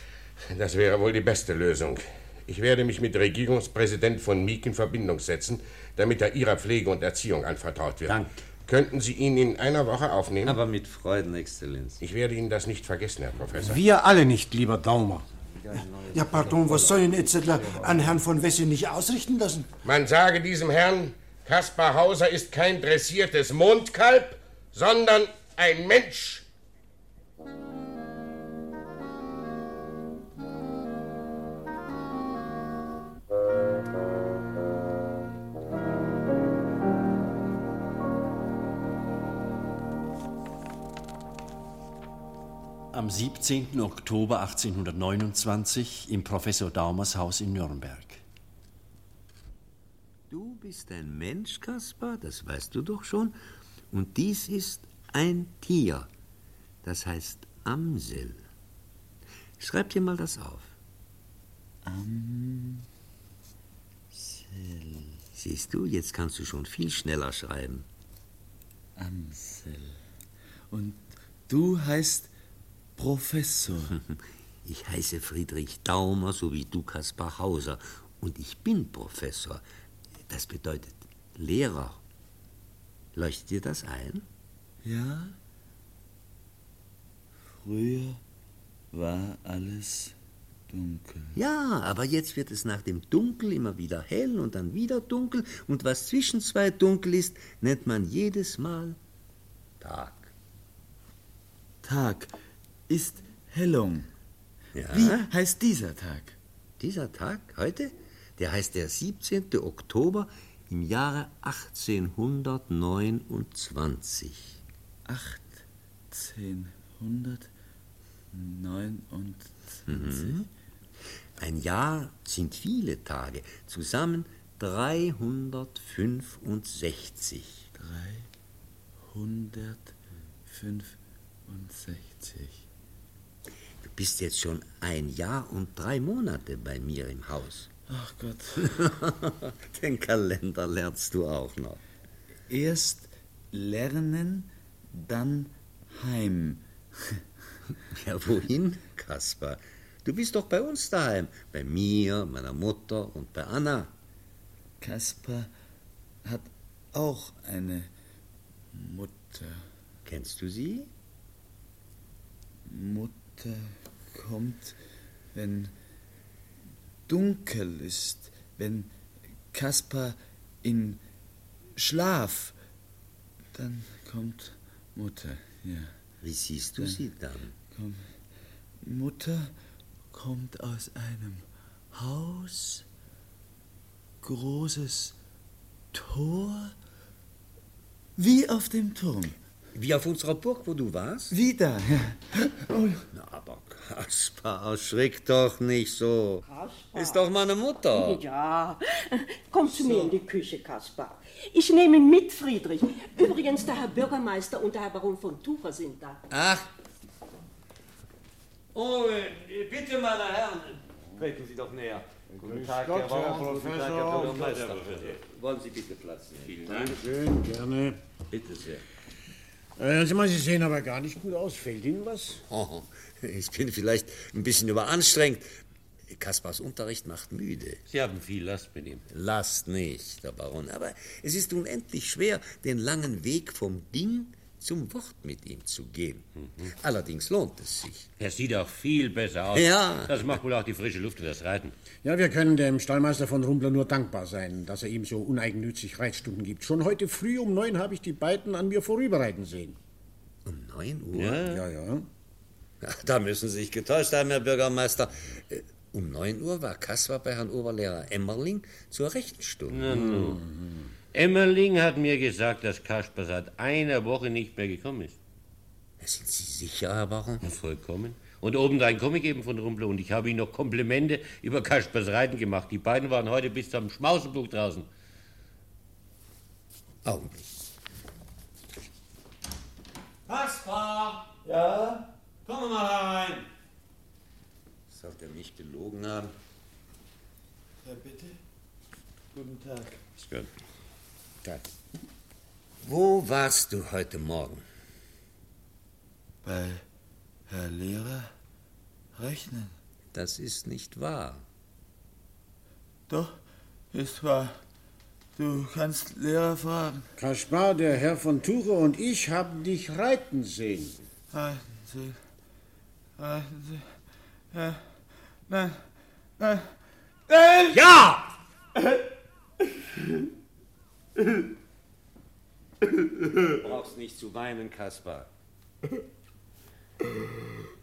Das wäre wohl die beste Lösung. Ich werde mich mit Regierungspräsident von Miek in Verbindung setzen, damit er Ihrer Pflege und Erziehung anvertraut wird. Danke. Könnten Sie ihn in einer Woche aufnehmen?
Aber mit Freuden, Exzellenz.
Ich werde Ihnen das nicht vergessen, Herr Professor.
Wir alle nicht, lieber Daumer.
Ja, pardon, was soll denn Etzeler an Herrn von Wessel nicht ausrichten lassen?
Man sage diesem Herrn, Kaspar Hauser ist kein dressiertes Mondkalb, sondern ein Mensch.
Am 17. Oktober 1829 im Professor Daumers Haus in Nürnberg.
Du bist ein Mensch, Kaspar, das weißt du doch schon. Und dies ist ein Tier. Das heißt Amsel. Schreib dir mal das auf. Amsel. Siehst du, jetzt kannst du schon viel schneller schreiben.
Amsel. Und du heißt Professor.
Ich heiße Friedrich Daumer, so wie du Kaspar Hauser. Und ich bin Professor. Das bedeutet Lehrer. Leuchtet dir das ein?
Ja? Früher war alles dunkel.
Ja, aber jetzt wird es nach dem Dunkel immer wieder hell und dann wieder dunkel. Und was zwischen zwei dunkel ist, nennt man jedes Mal Tag.
Tag ist Hellung.
Ja?
Wie heißt dieser Tag?
Dieser Tag heute, der heißt der 17. Oktober im Jahre 1829.
1829.
Mhm. Ein Jahr sind viele Tage, zusammen 365.
365.
Du bist jetzt schon ein Jahr und drei Monate bei mir im Haus.
Ach Gott.
Den Kalender lernst du auch noch.
Erst lernen, dann heim.
Ja, wohin, Kaspar? Du bist doch bei uns daheim. Bei mir, meiner Mutter und bei Anna.
Kaspar hat auch eine Mutter.
Kennst du sie?
Mutter kommt, wenn dunkel ist, wenn Kaspar in Schlaf, dann kommt Mutter, ja.
Wie siehst du sie dann?
Komm. Mutter kommt aus einem Haus, großes Tor, wie auf dem Turm.
Wie auf unserer Burg, wo du warst?
Wieder. Oh,
Na, aber Kaspar, erschrick doch nicht so. Ist doch meine Mutter.
Ja, komm zu mir in die Küche, Kaspar. Ich nehme ihn mit, Friedrich. Übrigens, der Herr Bürgermeister und der Herr Baron von Tucher sind da.
Ach,
Oh, bitte, meine Herren, treten Sie doch näher. Guten Tag,
Gott,
Herr Baron.
Herr
Guten Tag,
Professor.
Herr Bürgermeister.
Herr Professor.
Wollen Sie bitte Platz nehmen? Vielen
Schön, gerne.
Bitte sehr.
Äh, Sie, mal, Sie sehen aber gar nicht gut aus. Fehlt Ihnen was?
Oh, ich bin vielleicht ein bisschen überanstrengt. Kaspars Unterricht macht müde.
Sie haben viel Last mit ihm.
Last nicht, Herr Baron, aber es ist unendlich schwer, den langen Weg vom Ding zum Wort mit ihm zu gehen. Allerdings lohnt es sich.
Er sieht auch viel besser aus.
Ja.
Das macht wohl auch die frische Luft und das Reiten.
Ja, wir können dem Stallmeister von Rumbler nur dankbar sein, dass er ihm so uneigennützig Reitstunden gibt. Schon heute früh um neun habe ich die beiden an mir vorüberreiten sehen.
Um 9 Uhr?
Ja, ja.
Da müssen Sie sich getäuscht haben, Herr Bürgermeister. Äh, Um 9 Uhr war Kaspar bei Herrn Oberlehrer Emmerling zur rechten Stunde.
Na
Mhm.
nun. Emmerling hat mir gesagt, dass Kasper seit einer Woche nicht mehr gekommen ist.
Sind Sie sicher, Herr Baron?
vollkommen. Und obendrein komme ich eben von Rumpel und ich habe ihm noch Komplimente über Kaspers Reiten gemacht. Die beiden waren heute bis zum Schmausenbuch draußen.
Augenblick.
Kaspar! Ja? Komm mal herein!
Sollte er mich belogen haben?
Ja, bitte. Guten Tag.
Ist gut.
gesagt hat. Wo warst du heute Morgen?
Bei Herr Lehrer rechnen.
Das ist nicht wahr.
Doch, ist wahr. Du kannst Lehrer fragen.
Kaspar, der Herr von Ture und ich haben dich reiten sehen.
Reiten Sie. Reiten Sie. Ja. Nein. Nein. Nein!
Ja!
Du brauchst nicht zu weinen, Kaspar.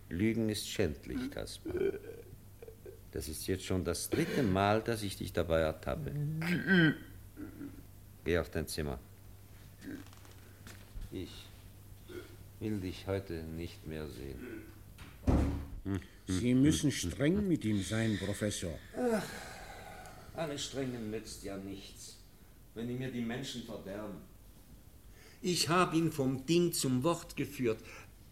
Lügen ist schändlich, Kaspar. Das ist jetzt schon das dritte Mal, dass ich dich dabei ertappe. Geh auf dein Zimmer. Ich will dich heute nicht mehr sehen.
Sie müssen streng mit ihm sein, Professor.
Ach, alles Strengen nützt ja nichts, wenn die mir die Menschen verderben. Ich habe ihn vom Ding zum Wort geführt,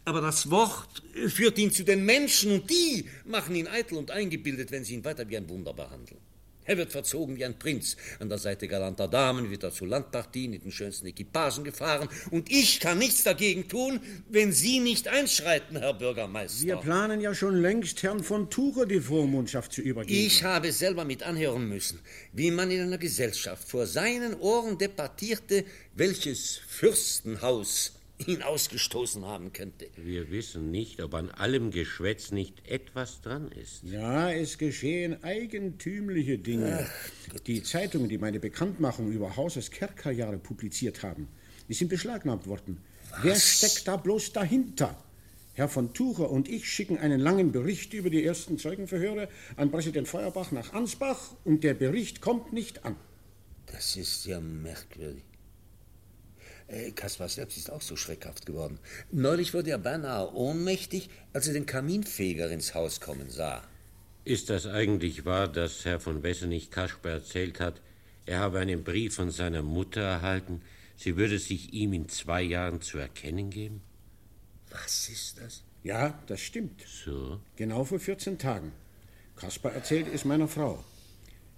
aber das Wort äh, führt ihn zu den Menschen und die machen ihn eitel und eingebildet, wenn sie ihn weiter wie ein Wunder behandeln. Er wird verzogen wie ein Prinz, an der Seite galanter Damen wird er zu Landpartien in den schönsten Equipagen gefahren und ich kann nichts dagegen tun, wenn Sie nicht einschreiten, Herr Bürgermeister.
Wir planen ja schon längst, Herrn von Ture die Vormundschaft zu übergeben.
Ich habe selber mit anhören müssen, wie man in einer Gesellschaft vor seinen Ohren debattierte, welches Fürstenhaus ihn ausgestoßen haben könnte.
Wir wissen nicht, ob an allem Geschwätz nicht etwas dran ist.
Ja, es geschehen eigentümliche Dinge. die Zeitungen, die meine Bekanntmachung über Hauses Kerkerjahre publiziert haben, die sind beschlagnahmt worden. Wer steckt da bloß dahinter? Herr von Tucher und ich schicken einen langen Bericht über die ersten Zeugenverhöre an Präsident Feuerbach nach Ansbach und der Bericht kommt nicht an.
Das ist ja merkwürdig. Äh, Kaspar selbst ist auch so schreckhaft geworden. Neulich wurde er beinahe ohnmächtig, als er den Kaminfeger ins Haus kommen sah.
Ist das eigentlich wahr, dass Herr von Wessenich Kasper erzählt hat, er habe einen Brief von seiner Mutter erhalten, sie würde sich ihm in zwei Jahren zu erkennen geben?
Was ist das?
Ja, das stimmt.
So?
Genau vor 14 Tagen. Kaspar erzählt es meiner Frau.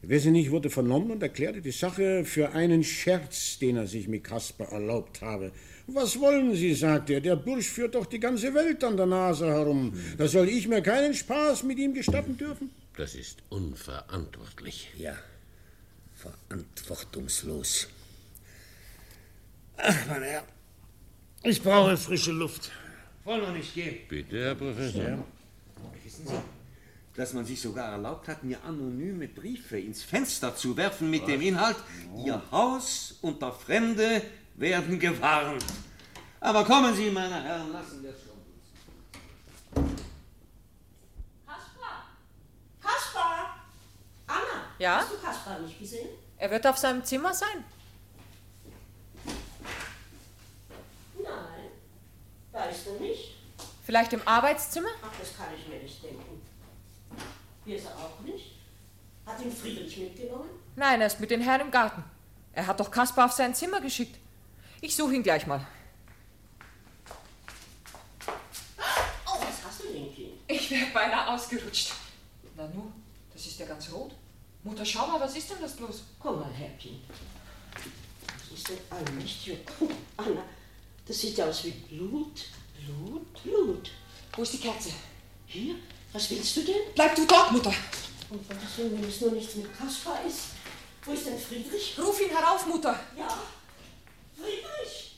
Wessenich wurde vernommen und erklärte die Sache für einen Scherz, den er sich mit Kasper erlaubt habe. Was wollen Sie, sagte er, der Bursch führt doch die ganze Welt an der Nase herum. Da soll ich mir keinen Spaß mit ihm gestatten dürfen.
Das ist unverantwortlich.
Ja, verantwortungslos. Ach, mein Herr, ich brauche frische Luft. Wollen wir nicht gehen?
Bitte, Herr Professor.
Wissen Sie, dass man sich sogar erlaubt hat, mir anonyme Briefe ins Fenster zu werfen mit dem Inhalt, Ihr Haus unter Fremde werden gewarnt. Aber kommen Sie, meine Herren, lassen wir es schon.
Kaspar! Kaspar! Anna!
Ja?
Hast du Kaspar nicht gesehen?
Er wird auf seinem Zimmer sein.
Nein. Weißt du nicht?
Vielleicht im Arbeitszimmer?
Ach, das kann ich mir nicht denken. Hier ist er auch nicht. Hat ihn Friedrich mitgenommen?
Nein, er ist mit den Herren im Garten. Er hat doch Kaspar auf sein Zimmer geschickt. Ich suche ihn gleich mal.
Oh, was hast du denn, Kind?
Ich wäre beinahe ausgerutscht. Na nu, das ist ja ganz rot. Mutter, schau mal, was ist denn das bloß?
Komm mal her, Kind. Was ist denn eigentlich hier? Guck, Anna, das sieht ja aus wie Blut. Blut? Blut.
Wo ist die Kerze?
Hier? Was willst du denn?
Bleib du dort, Mutter.
Und was denn, wenn es nur nichts mit Kaspar ist? Wo ist denn Friedrich?
Ruf ihn herauf, Mutter.
Ja, Friedrich!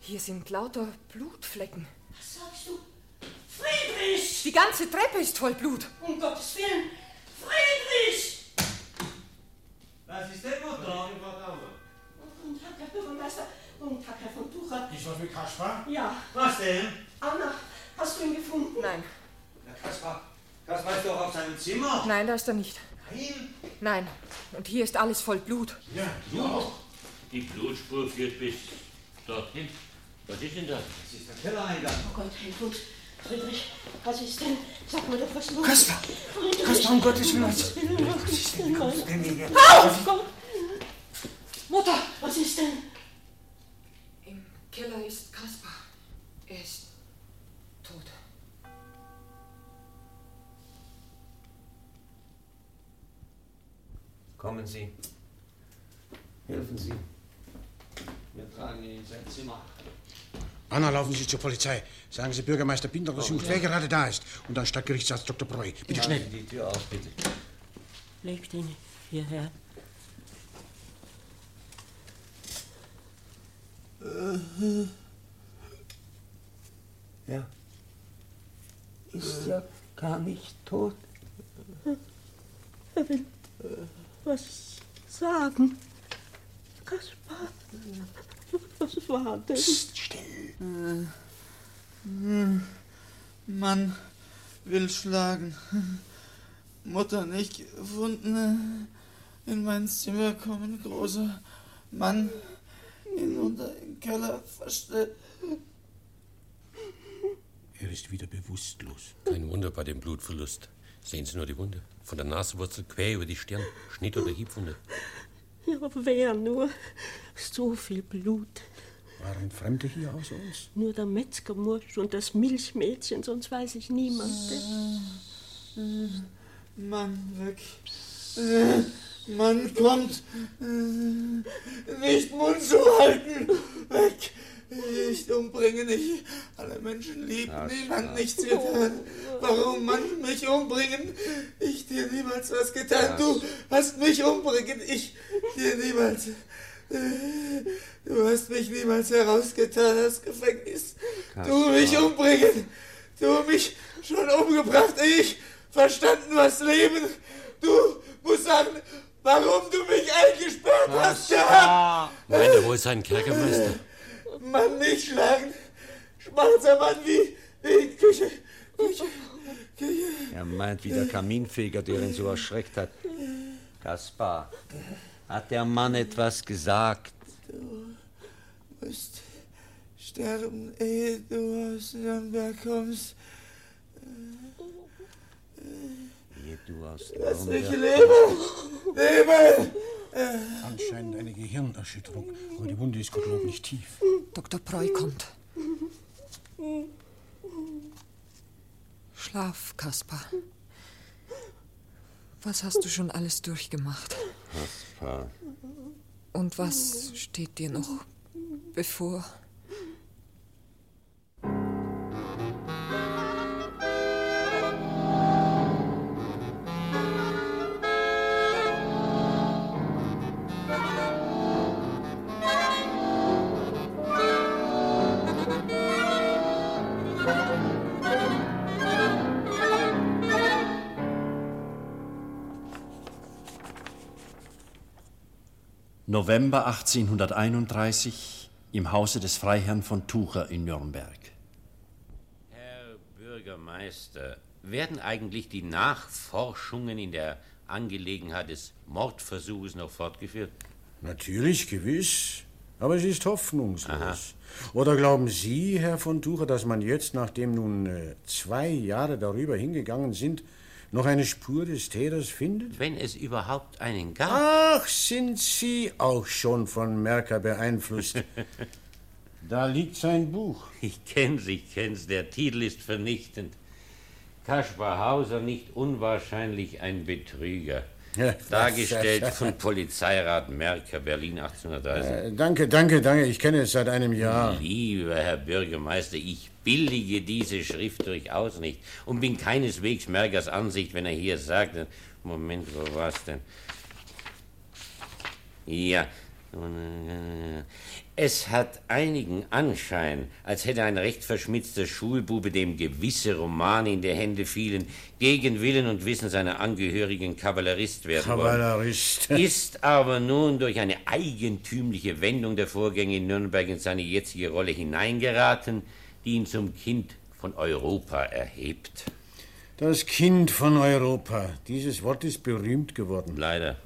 Hier sind lauter Blutflecken.
Was sagst du? Friedrich!
Die ganze Treppe ist voll Blut.
Um Gottes Willen! Friedrich!
Was ist denn, Mutter?
Guten Tag, Herr Bürgermeister. Guten Tag, Herr von Tucher.
Ist was mit Kaspar?
Ja.
Was denn?
Anna, hast du ihn gefunden?
Nein.
Kaspar, Kaspar ist doch auf seinem Zimmer.
Nein, da ist er nicht. Nein. Und hier ist alles voll Blut.
Ja. Die Blutspur führt bis dorthin. Was ist denn das?
Das ist der Kellereingang.
Oh Gott, helf uns. Friedrich, was ist denn? Sag mir doch was los.
Kaspar!
Friedrich!
Kaspar, um Gottes Willen, was-
Was ist denn? Was ist denn?
Au!
Gott!
Mutter!
Was ist denn?
Im Keller ist Kaspar. Er ist tot.
Kommen Sie. Helfen Sie.
Wir tragen ihn in sein Zimmer.
Anna, laufen Sie zur Polizei. Sagen Sie Bürgermeister Binder, dass
Oh,
Sie sucht,
ja.
wer gerade da ist. Und dann Stadtgerichtsarzt Dr. Breu. Bitte schnell.
Die Tür auf, bitte.
Legt ihn hierher.
Ja. Ist ja gar nicht tot.
Er will was sagen. Kaspar, was war denn?
still.
Hm. Mann will schlagen. Mutter nicht gefunden. In mein Zimmer kommen großer Mann hinunter im Keller versteckt.
Er ist wieder bewusstlos. Kein Wunder bei dem Blutverlust. Sehen Sie nur die Wunde. Von der Nasenwurzel quer über die Stirn. Schnitt oder Hiebwunde.
Ja, wer nur? So viel Blut.
Waren Fremde hier außer uns?
Nur der Metzgermursch und das Milchmädchen, sonst weiß ich niemanden.
Mann weg. Äh, Mann kommt. Äh, Nicht Mund zu halten. Weg. Ich umbringe nicht. Alle Menschen lieb,
Na,
niemand
Schatz.
nichts getan. Warum Mann mich umbringen? Ich dir niemals was
Schatz.
getan. Du hast mich umbringen. Ich dir niemals. Äh, Du hast mich niemals herausgetan aus Gefängnis. Du
Kaspar.
mich umbringen. Du mich schon umgebracht. Ich verstanden, was Leben. Du musst sagen, warum du mich eingesperrt hast. Ja.
Meint er wohl seinen Kerkermeister?
Mann, nicht schlagen. Schwarzer Mann wie, wie in Küche. Küche. Küche.
Er meint wie der Kaminfeger, der ihn so erschreckt hat. Kaspar, hat der Mann etwas gesagt?
Du musst sterben, ehe du aus Nürnberg kommst.
Ehe du aus
Lass mich
Nürnberg-
leben. Leben.
Äh.
Anscheinend eine Gehirnerschütterung. Aber die Wunde ist Gottlob nicht tief.
Dr. Preu kommt. Schlaf, Kaspar. Was hast du schon alles durchgemacht?
Kaspar,
äh,
Und was steht dir noch bevor?
November 1831 im Hause des Freiherrn von Tucher in Nürnberg.
Herr Bürgermeister, werden eigentlich die Nachforschungen in der Angelegenheit des Mordversuches noch fortgeführt?
Natürlich, gewiss. Aber sie ist hoffnungslos. Oder glauben Sie, Herr von Tucher, dass man jetzt, nachdem nun äh, zwei Jahre darüber hingegangen sind, noch eine Spur des Täters findet?
Wenn es überhaupt einen gab.
Ach, sind Sie auch schon von Merker beeinflusst. da liegt sein Buch.
Ich kenn's, ich kenn's. Der Titel ist vernichtend. Kaspar Hauser nicht unwahrscheinlich ein Betrüger.
Ja,
Dargestellt
was-
von Polizeirat Merker, Berlin 1830.
Äh, danke, danke, danke. Ich kenne es seit einem Jahr.
Lieber Herr Bürgermeister, ich billige diese Schrift durchaus nicht und bin keineswegs Merkers Ansicht, wenn er hier sagt. Moment, wo war's denn? Ja. Es hat einigen Anschein, als hätte ein recht verschmitzter Schulbube, dem gewisse Romane in die Hände fielen, gegen Willen und Wissen seiner Angehörigen Kavallerist werden
Kavallerist.
wollen. Ist aber nun durch eine eigentümliche Wendung der Vorgänge in Nürnberg in seine jetzige Rolle hineingeraten, die ihn zum Kind von Europa erhebt.
Das Kind von Europa. Dieses Wort ist berühmt geworden.
Leider.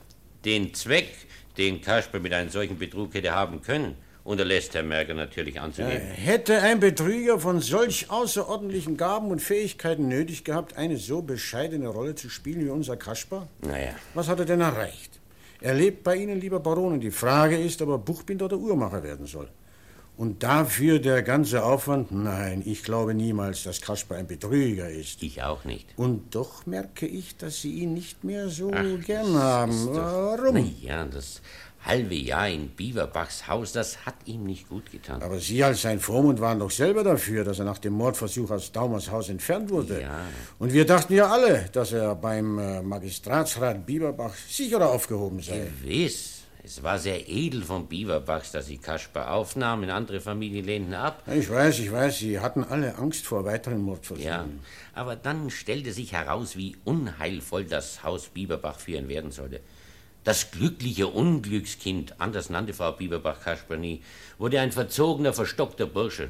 Den Zweck, den Kasper mit einem solchen Betrug hätte haben können, unterlässt Herr Merker natürlich anzunehmen.
Hätte ein Betrüger von solch außerordentlichen Gaben und Fähigkeiten nötig gehabt, eine so bescheidene Rolle zu spielen wie unser Kaspar?
Naja.
Was hat er denn erreicht? Er lebt bei Ihnen, lieber Baron, und die Frage ist, ob er Buchbinder oder Uhrmacher werden soll. Und dafür der ganze Aufwand? Nein, ich glaube niemals, dass Kasper ein Betrüger ist.
Ich auch nicht.
Und doch merke ich, dass Sie ihn nicht mehr so
Ach,
gern haben. Warum?
Na ja, das halbe Jahr in Bieberbachs Haus, das hat ihm nicht gut getan.
Aber Sie als sein Vormund waren doch selber dafür, dass er nach dem Mordversuch aus Daumers Haus entfernt wurde.
Ja.
Und wir dachten ja alle, dass er beim äh, Magistratsrat Bieberbach sicherer aufgehoben sei.
Gewiss. Es war sehr edel von Bieberbachs, dass sie Kasper aufnahmen. Andere Familien lehnten ab.
Ich weiß, ich weiß, Sie hatten alle Angst vor weiteren Mordversuchen.
Ja, aber dann stellte sich heraus, wie unheilvoll das Haus Bieberbach für ihn werden sollte. Das glückliche Unglückskind, anders nannte Frau Bieberbach Kasper nie, wurde ein verzogener, verstockter Bursche.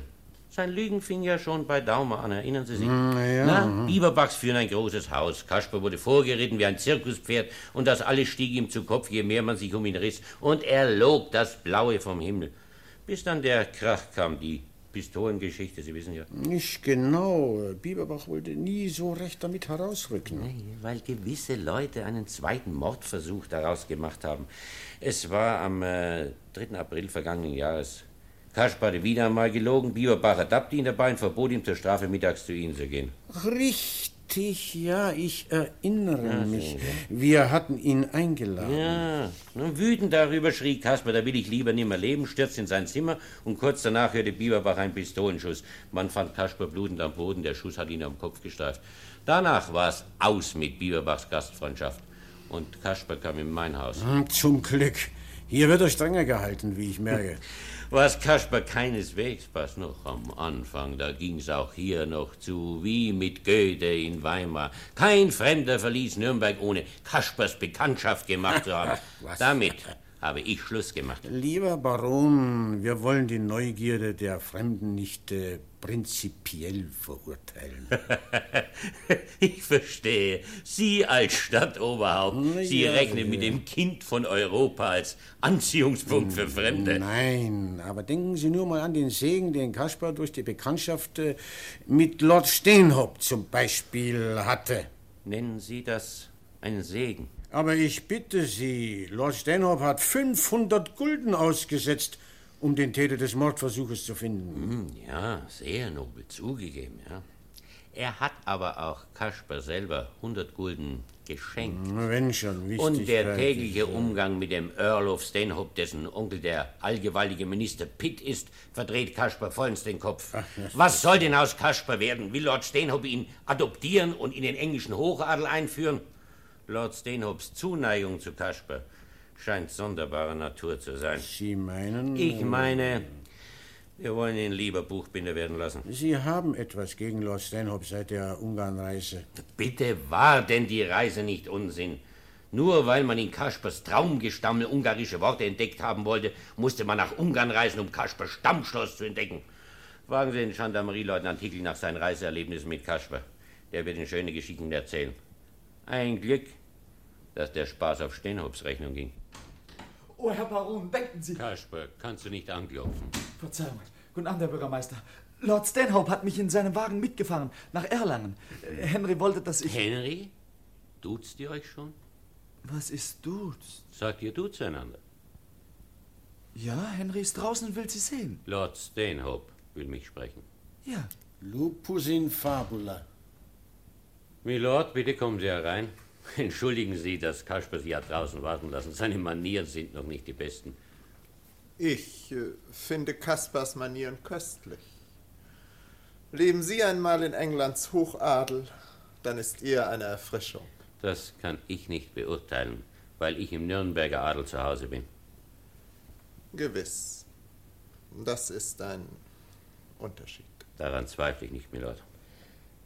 Sein Lügen fing ja schon bei Daumer an, erinnern Sie sich?
Na ja.
Na, Bieberbachs führen ein großes Haus. Kasper wurde vorgeritten wie ein Zirkuspferd und das alles stieg ihm zu Kopf, je mehr man sich um ihn riss. Und er log das Blaue vom Himmel. Bis dann der Krach kam, die Pistolengeschichte, Sie wissen ja.
Nicht genau. Bieberbach wollte nie so recht damit herausrücken.
Weil gewisse Leute einen zweiten Mordversuch daraus gemacht haben. Es war am äh, 3. April vergangenen Jahres. Kaspar hatte wieder einmal gelogen, Bieberbach ertappte ihn dabei und verbot ihm zur Strafe, mittags zu ihnen zu gehen.
Richtig, ja, ich erinnere
Ja,
mich.
sehen
Wir hatten ihn eingeladen.
Ja, nun wütend darüber schrie Kasper, da will ich lieber nimmer leben, stürzte in sein Zimmer und kurz danach hörte Bieberbach einen Pistolenschuss. Man fand Kasper blutend am Boden, der Schuss hat ihn am Kopf gestreift. Danach war es aus mit Bieberbachs Gastfreundschaft und Kasper kam in mein Haus.
Hm, Zum Glück. Hier wird er strenger gehalten, wie ich merke.
Was Kasper keineswegs was noch am Anfang, da ging's auch hier noch zu, wie mit Goethe in Weimar. Kein Fremder verließ Nürnberg, ohne Kaspers Bekanntschaft gemacht zu haben.
Was?
Damit habe ich Schluss gemacht.
Lieber Baron, wir wollen die Neugierde der Fremden nicht äh, prinzipiell verurteilen.
Ich verstehe. Sie als Stadtoberhaupt, Sie
ja,
rechnen mit
ja. Hm,
dem Kind von Europa als Anziehungspunkt für Fremde.
Nein, aber denken Sie nur mal an den Segen, den Kaspar durch die Bekanntschaft äh, mit Lord Steenhop zum Beispiel hatte.
Nennen Sie das einen Segen?
Aber ich bitte Sie, Lord Stanhope hat 500 Gulden ausgesetzt, um den Täter des Mordversuches zu finden.
Hm, Ja, sehr nobel zugegeben, ja. Er hat aber auch Kasper selber 100 Gulden geschenkt.
Wenn schon, wichtig.
Und der tägliche Um- Umgang mit dem Earl of Stanhope, dessen Onkel der allgewaltige Minister Pitt ist, verdreht Kasper vollends den Kopf. Was soll denn aus Kasper werden? Will Lord Stanhope ihn adoptieren und in den englischen Hochadel einführen? Lord Stanhopes Zuneigung zu Kasper scheint sonderbarer Natur zu sein.
Sie meinen? äh,
Ich meine, wir wollen ihn lieber Buchbinder werden lassen.
Sie haben etwas gegen Lord Stanhope seit der Ungarnreise.
Bitte war denn die Reise nicht Unsinn? Nur weil man in Kaspers Traumgestammel ungarische Worte entdeckt haben wollte, musste man nach Ungarn reisen, um Kaspers Stammschloss zu entdecken. Fragen Sie den Gendarmerieleutnant Hickel nach seinen Reiseerlebnissen mit Kasper. Der wird Ihnen schöne Geschichten erzählen. Ein Glück, dass der Spaß auf Stenhofs Rechnung ging.
Oh, Herr Baron, denken Sie.
Kasper, kannst du nicht anklopfen?
Verzeihung. Guten Abend, Herr Bürgermeister. Lord Stanhope hat mich in seinem Wagen mitgefahren, nach Erlangen. Äh, Henry wollte, dass ich...
Henry? Duzt ihr euch schon?
Was ist duzt?
Sagt ihr duzt einander?
Ja, Henry ist draußen und will Sie sehen.
Lord Stanhope will mich sprechen.
Ja.
Lupus in fabula.
Milord, bitte kommen Sie herein. Entschuldigen Sie, dass Kasper Sie ja draußen warten lassen. Seine Manieren sind noch nicht die besten.
Ich äh, finde Kaspars Manieren köstlich. Leben Sie einmal in Englands Hochadel, dann ist ihr eine Erfrischung.
Das kann ich nicht beurteilen, weil ich im Nürnberger Adel zu Hause bin.
Gewiss. Das ist ein Unterschied.
Daran zweifle ich nicht, Milord.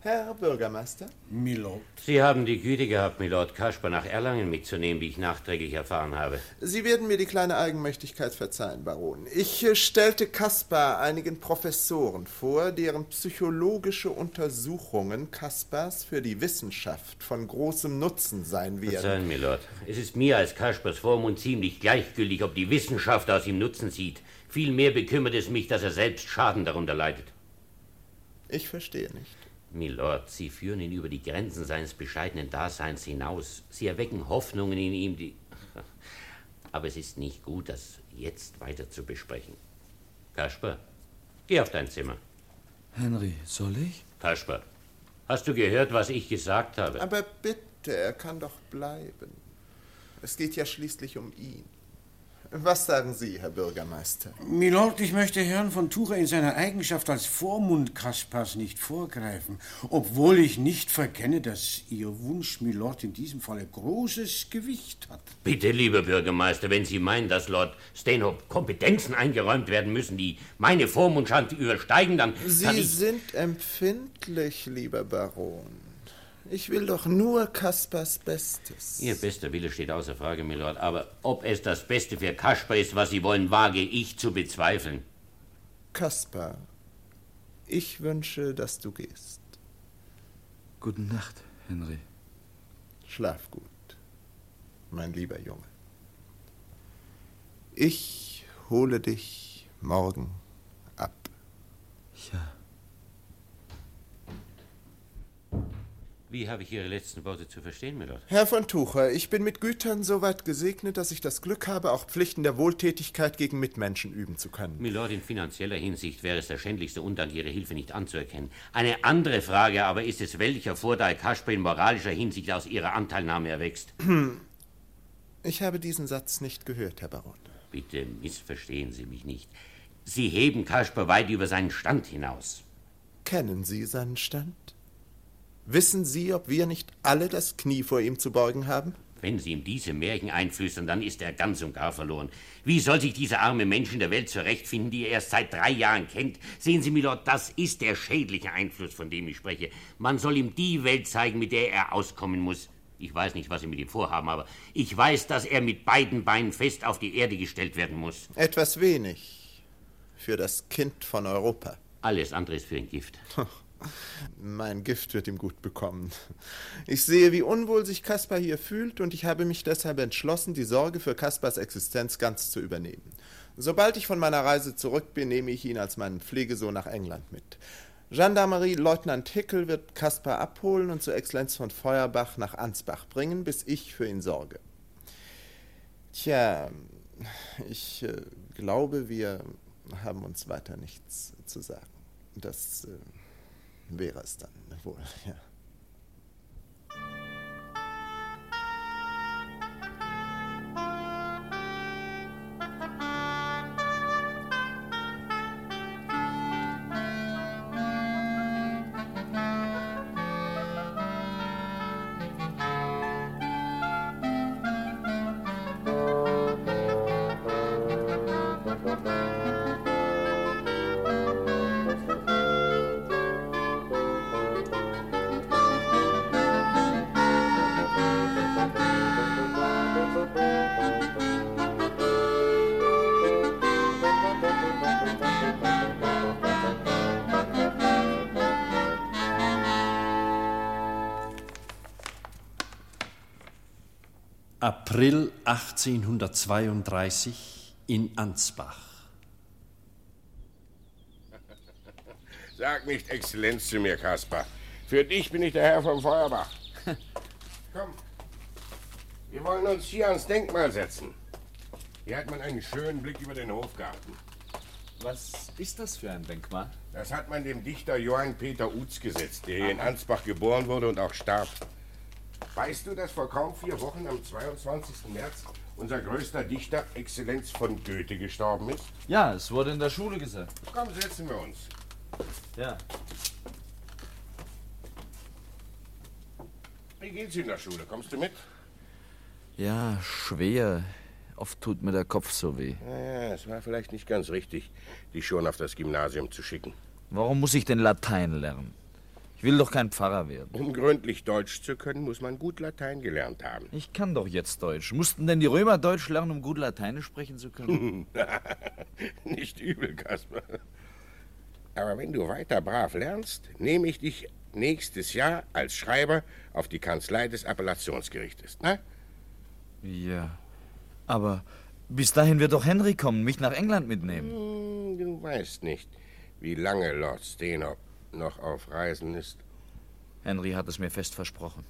Herr Bürgermeister?
Milord.
Sie haben die Güte gehabt, Milord Kasper nach Erlangen mitzunehmen, wie ich nachträglich erfahren habe.
Sie werden mir die kleine Eigenmächtigkeit verzeihen, Baron. Ich äh, stellte Kaspar einigen Professoren vor, deren psychologische Untersuchungen Kaspars für die Wissenschaft von großem Nutzen sein werden.
Verzeihen, Milord. Es ist mir als Kaspers Vormund ziemlich gleichgültig, ob die Wissenschaft aus ihm Nutzen sieht. Vielmehr bekümmert es mich, dass er selbst Schaden darunter leidet.
Ich verstehe nicht.
Milord, Sie führen ihn über die Grenzen seines bescheidenen Daseins hinaus. Sie erwecken Hoffnungen in ihm, die. Aber es ist nicht gut, das jetzt weiter zu besprechen. Kasper, geh auf dein Zimmer.
Henry, soll ich?
Kasper, hast du gehört, was ich gesagt habe?
Aber bitte, er kann doch bleiben. Es geht ja schließlich um ihn. Was sagen Sie, Herr Bürgermeister?
Milord, ich möchte Herrn von Tucher in seiner Eigenschaft als Vormund Kaspars nicht vorgreifen, obwohl ich nicht verkenne, dass Ihr Wunsch, Milord, in diesem Falle großes Gewicht hat.
Bitte, lieber Bürgermeister, wenn Sie meinen, dass Lord Stanhope Kompetenzen eingeräumt werden müssen, die meine Vormundschaft übersteigen, dann kann
Sie
ich...
sind empfindlich, lieber Baron. Ich will doch nur Kaspars Bestes.
Ihr bester Wille steht außer Frage, Milord, aber ob es das Beste für Kasper ist, was Sie wollen, wage ich zu bezweifeln.
Kaspar, ich wünsche, dass du gehst.
Gute Nacht, Henry.
Schlaf gut, mein lieber Junge. Ich hole dich morgen ab.
Ja.
Wie habe ich Ihre letzten Worte zu verstehen, Milord?
Herr von Tucher, ich bin mit Gütern so weit gesegnet, dass ich das Glück habe, auch Pflichten der Wohltätigkeit gegen Mitmenschen üben zu können.
Milord, in finanzieller Hinsicht wäre es der schändlichste Undank, Ihre Hilfe nicht anzuerkennen. Eine andere Frage aber ist es, welcher Vorteil Kasper in moralischer Hinsicht aus Ihrer Anteilnahme erwächst.
Ich habe diesen Satz nicht gehört, Herr Baron.
Bitte missverstehen Sie mich nicht. Sie heben Kasper weit über seinen Stand hinaus.
Kennen Sie seinen Stand? Wissen Sie, ob wir nicht alle das Knie vor ihm zu beugen haben?
Wenn Sie ihm diese Märchen einflüstern, dann ist er ganz und gar verloren. Wie soll sich dieser arme Mensch in der Welt zurechtfinden, die er erst seit drei Jahren kennt? Sehen Sie, Milord, das ist der schädliche Einfluss, von dem ich spreche. Man soll ihm die Welt zeigen, mit der er auskommen muss. Ich weiß nicht, was Sie mit ihm vorhaben, aber ich weiß, dass er mit beiden Beinen fest auf die Erde gestellt werden muss.
Etwas wenig für das Kind von Europa.
Alles andere ist für ein Gift.
Mein Gift wird ihm gut bekommen. Ich sehe, wie unwohl sich Kaspar hier fühlt, und ich habe mich deshalb entschlossen, die Sorge für Kaspars Existenz ganz zu übernehmen. Sobald ich von meiner Reise zurück bin, nehme ich ihn als meinen Pflegesohn nach England mit. Gendarmerie Leutnant Hickel wird Kaspar abholen und zur Exzellenz von Feuerbach nach Ansbach bringen, bis ich für ihn sorge. Tja, ich äh, glaube, wir haben uns weiter nichts zu sagen. Das. Äh, wäre es dann wohl, ja.
April 1832 in Ansbach.
Sag nicht Exzellenz zu mir, Kaspar. Für dich bin ich der Herr von Feuerbach. Komm, wir wollen uns hier ans Denkmal setzen. Hier hat man einen schönen Blick über den Hofgarten. Was ist das für ein Denkmal? Das hat man dem Dichter Johann Peter Utz gesetzt, der hier in Ansbach geboren wurde und auch starb. Weißt du, dass vor kaum vier Wochen, am 22. März, unser größter Dichter, Exzellenz von Goethe, gestorben ist?
Ja, es wurde in der Schule gesagt.
Komm, setzen wir uns.
Ja.
Wie geht's in der Schule? Kommst du mit?
Ja, schwer. Oft tut mir der Kopf so weh.
Ja, ja, es war vielleicht nicht ganz richtig, dich schon auf das Gymnasium zu schicken.
Warum muss ich denn Latein lernen? Ich will doch kein Pfarrer werden.
Um gründlich Deutsch zu können, muss man gut Latein gelernt haben.
Ich kann doch jetzt Deutsch. Mussten denn die Römer Deutsch lernen, um gut Lateinisch sprechen zu können?
Nicht übel, Kasper. Aber wenn du weiter brav lernst, nehme ich dich nächstes Jahr als Schreiber auf die Kanzlei des Appellationsgerichtes. ne? Na?
Ja. Aber bis dahin wird doch Henry kommen, mich nach England mitnehmen.
Hm, Du weißt nicht, wie lange Lord Stanhope noch auf Reisen ist.
Henry hat es mir fest versprochen.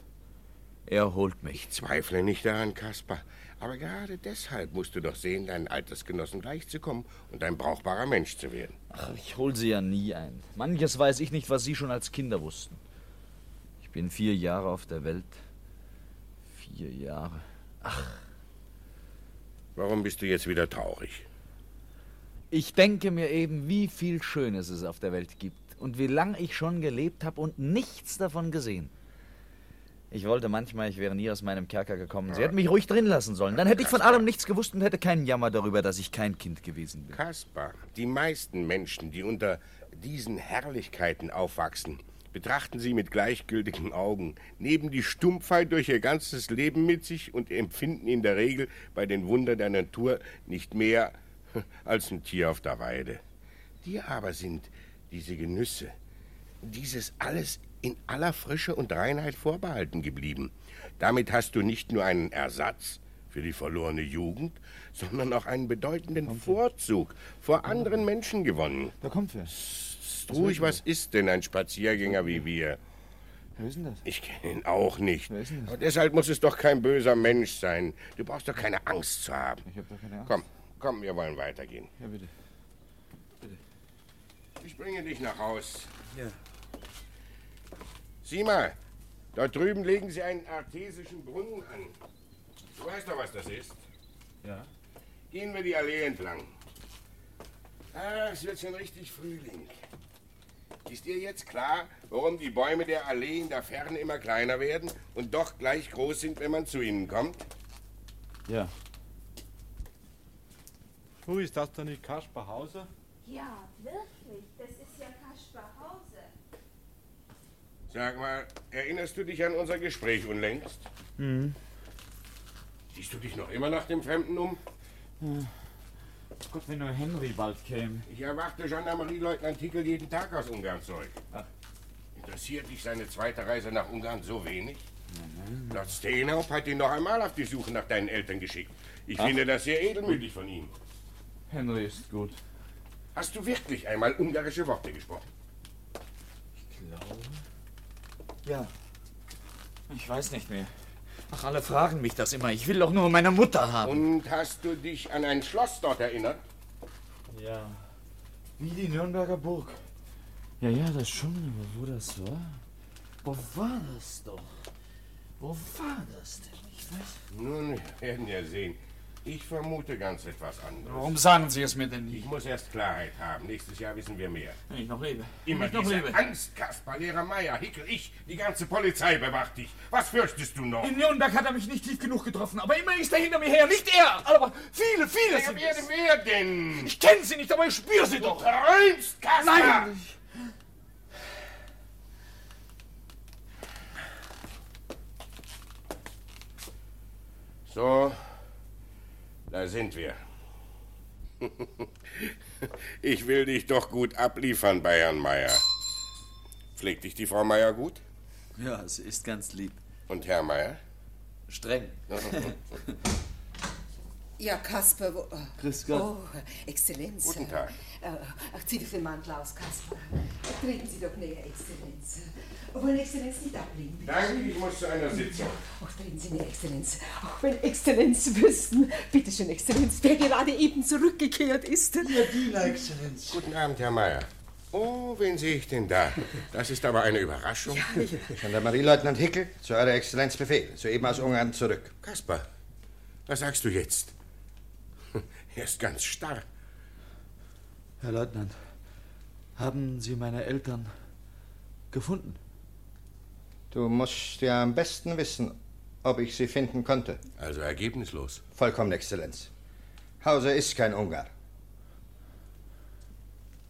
Er holt mich.
Ich zweifle nicht daran, Kaspar. Aber gerade deshalb musst du doch sehen, deinen Altersgenossen gleichzukommen und ein brauchbarer Mensch zu werden.
Ach, ich hol sie ja nie ein. Manches weiß ich nicht, was sie schon als Kinder wussten. Ich bin vier Jahre auf der Welt. Vier Jahre.
Warum bist du jetzt wieder traurig?
Ich denke mir eben, wie viel Schönes es auf der Welt gibt und wie lang ich schon gelebt habe und nichts davon gesehen. Ich wollte manchmal, ich wäre nie aus meinem Kerker gekommen. Sie hätten mich ruhig drin lassen sollen. Dann hätte ich von allem nichts gewusst und hätte keinen Jammer darüber, dass ich kein Kind gewesen bin.
Kaspar, die meisten Menschen, die unter diesen Herrlichkeiten aufwachsen, betrachten sie mit gleichgültigen Augen, nehmen die Stumpfheit durch ihr ganzes Leben mit sich und empfinden in der Regel bei den Wundern der Natur nicht mehr als ein Tier auf der Weide. Dir aber sind diese Genüsse, dieses alles in aller Frische und Reinheit vorbehalten geblieben. Damit hast du nicht nur einen Ersatz für die verlorene Jugend, sondern auch einen bedeutenden Vorzug vor anderen Menschen gewonnen.
Da kommt wer.
Ist
oh,
ruhig, was ist denn ein Spaziergänger wie wir?
Wer ist denn das?
Ich kenne ihn auch nicht.
Wer ist denn das?
Und deshalb muss es doch kein böser Mensch sein. Du brauchst doch keine Angst zu haben.
Ich hab doch keine Angst.
Komm, komm, wir wollen weitergehen.
Ja, bitte.
Ich bringe dich nach Haus. Ja. Sieh mal, dort drüben legen sie einen artesischen Brunnen an. Du weißt doch, was das ist.
Ja.
Gehen wir die Allee entlang. Ah, es wird schon richtig Frühling. Ist dir jetzt klar, warum die Bäume der Allee in der Ferne immer kleiner werden und doch gleich groß sind, wenn man zu ihnen kommt?
Ja.
Puh, ist das doch nicht Kaspar Hauser?
Ja, wirklich. Das ist ja Kaspar Hause.
Sag mal, erinnerst du dich an unser Gespräch unlängst?
Mhm.
Siehst du dich noch immer nach dem Fremden um?
Gott, wenn nur Henry bald käme.
Ich erwarte Gendarmerieleutnant Hickel jeden Tag aus Ungarn zurück. Interessiert dich seine zweite Reise nach Ungarn so wenig? Lord Steenhaupt hat ihn noch einmal auf die Suche nach deinen Eltern geschickt. Ich
Ach.
finde das sehr edelmütig von ihm.
Henry ist gut.
Hast du wirklich einmal ungarische Worte gesprochen?
Ja. Ich weiß nicht mehr. Ach, alle fragen mich das immer. Ich will doch nur meine Mutter haben.
Und hast du dich an ein Schloss dort erinnert?
Ja. Wie die Nürnberger Burg. Ja, ja, das schon, aber wo das war? Wo war das doch? Wo war das denn? Ich weiß.
Nun, wir werden ja sehen. Ich vermute ganz etwas anderes.
Warum sagen Sie es mir denn nicht?
Ich muss erst Klarheit haben. Nächstes Jahr wissen wir mehr.
Wenn ich noch lebe.
Immer
Wenn ich noch
diese
lebe.
Angst, Kaspar, Lehrer Meier, Hickel, ich, die ganze Polizei bewacht dich. Was fürchtest du noch?
In Nürnberg hat er mich nicht tief genug getroffen, aber immer ist er hinter mir her. Nicht er, aber viele, viele
Wer,
sind
wer,
es.
wer denn?
Ich kenne sie nicht, aber ich spüre sie
Du
doch.
träumst, Kaspar!
Nein!
So, da sind wir. Ich will dich doch gut abliefern bei Herrn Meier. Pflegt dich die Frau Meier gut?
Ja, sie ist ganz lieb.
Und Herr Meier?
Streng.
Ja, Kasper. Wo, oh.
Grüß Gott.
Oh, Exzellenz.
Guten Tag.
Äh, Ach, zieh doch den Mantel aus, Kasper. Treten Sie doch näher, Exzellenz. Wollen Exzellenz nicht ablegen? bitte?
Danke, ich muss zu einer Sitzung.
Ach, treten Sie näher, Exzellenz. Auch wenn Exzellenz wüssten. Bitte schön, Exzellenz, wer gerade eben zurückgekehrt ist. Ihr Diener, Exzellenz.
Guten Abend, Herr Meier. Oh, wen sehe ich denn da? Das ist aber eine Überraschung.
Gendarmerieleutnant Hickel, zu Eurer Exzellenz Befehl. Soeben aus Ungarn zurück.
Kaspar, was sagst du jetzt? Er ist ganz starr.
Herr Leutnant, haben Sie meine Eltern gefunden?
Du musst ja am besten wissen, ob ich sie finden konnte.
Also ergebnislos.
Vollkommen, Exzellenz. Hauser ist kein Ungar.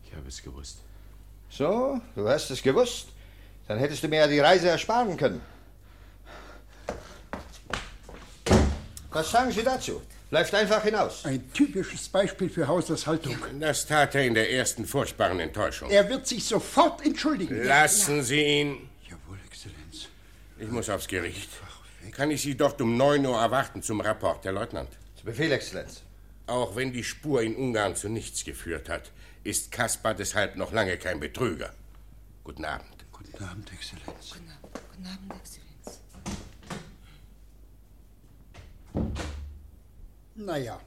Ich habe es gewusst.
So, du hast es gewusst. Dann hättest du mir ja die Reise ersparen können. Was sagen Sie dazu? Läuft einfach hinaus.
Ein typisches Beispiel für Hausers Haltung.
Das tat er in der ersten furchtbaren Enttäuschung.
Er wird sich sofort entschuldigen.
Lassen Sie ihn. Jawohl, Exzellenz. Ich muss aufs Gericht. Kann ich Sie dort um 9 Uhr erwarten zum Rapport, Herr Leutnant? Zu
Befehl, Exzellenz.
Auch wenn die Spur in Ungarn zu nichts geführt hat, ist Kaspar deshalb noch lange kein Betrüger. Guten Abend.
Guten Abend, Exzellenz.
Guten Abend, Exzellenz.
Naja,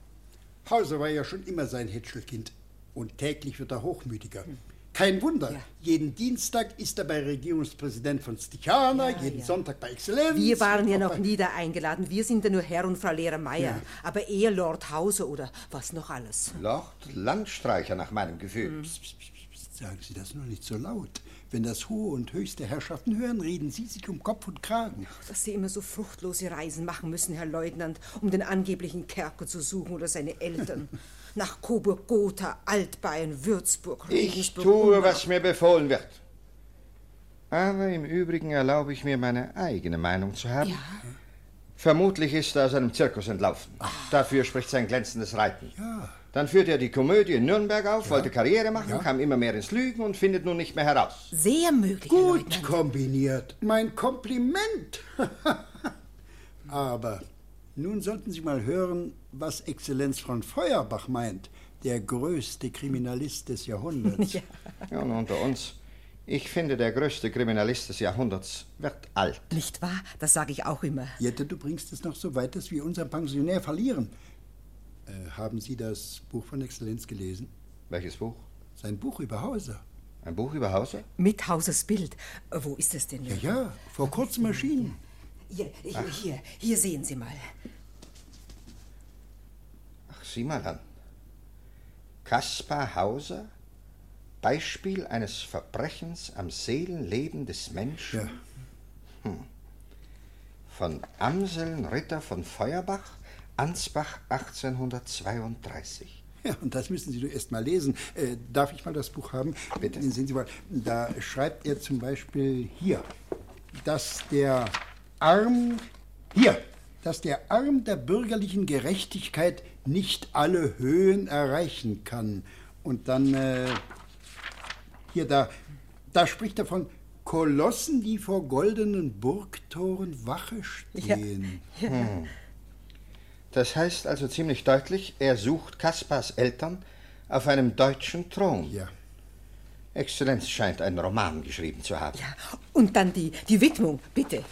Hauser war ja schon immer sein Hätschelkind. Und täglich wird er hochmütiger. Kein Wunder, jeden Dienstag ist er bei Regierungspräsident von Stichana, jeden Sonntag bei Exzellenz.
Wir waren ja
und
noch
bei-
nie da eingeladen. Wir sind ja nur Herr und Frau Lehrer Meier.
Ja.
Aber eher Lord Hauser oder was noch alles.
Lord Landstreicher nach meinem Gefühl. Psst, psst, psst, psst, sagen Sie das nur nicht so laut. Wenn das hohe und höchste Herrschaften hören, reden Sie sich um Kopf und Kragen.
Dass Sie immer so fruchtlose Reisen machen müssen, Herr Leutnant, um den angeblichen Kerker zu suchen oder seine Eltern. Nach Coburg, Gotha, Altbayern, Würzburg,
Ich
Regensburg.
tue,
Unna-
was mir befohlen wird. Aber im Übrigen erlaube ich mir, meine eigene Meinung zu haben. Vermutlich ist er aus einem Zirkus entlaufen. Dafür spricht sein glänzendes Reiten.
Ja.
Dann führt er die Komödie in Nürnberg auf, wollte Karriere machen, kam immer mehr ins Lügen und findet nun nicht mehr heraus.
Sehr möglich.
Gut kombiniert. Mein Kompliment. Aber nun sollten Sie mal hören, was Exzellenz von Feuerbach meint, der größte Kriminalist des Jahrhunderts.
Ja, und unter uns. Ich finde, der größte Kriminalist des Jahrhunderts wird alt.
Nicht wahr? Das sage ich auch immer.
Jette, du bringst es noch so weit, dass wir unseren Pensionär verlieren. Äh, haben Sie das Buch von Exzellenz gelesen?
Welches Buch?
Sein Buch über Hauser.
Ein Buch über Hauser?
Mit Hausers Bild. Wo ist es denn?
Ja, ja, vor kurzem erschienen.
Hier, hier,
Ach.
hier, hier sehen Sie mal.
Ach, sieh mal an. Kaspar Hauser, Beispiel eines Verbrechens am Seelenleben des Menschen. Hm. Von Amseln Ritter von Feuerbach, Ansbach 1832.
Ja, und das müssen Sie doch erst mal lesen. Äh, darf ich mal das Buch haben? Bitte. Sehen Sie mal, da schreibt er zum Beispiel hier, dass der Arm, hier, dass der Arm der bürgerlichen Gerechtigkeit nicht alle Höhen erreichen kann. Und dann, äh, hier, da, da spricht er von Kolossen, die vor goldenen Burgtoren Wache stehen.
Ja. Hm. Das heißt also ziemlich deutlich, er sucht Kaspars Eltern auf einem deutschen Thron.
Ja.
Exzellenz scheint einen Roman geschrieben zu haben.
Und dann die, die Widmung, bitte.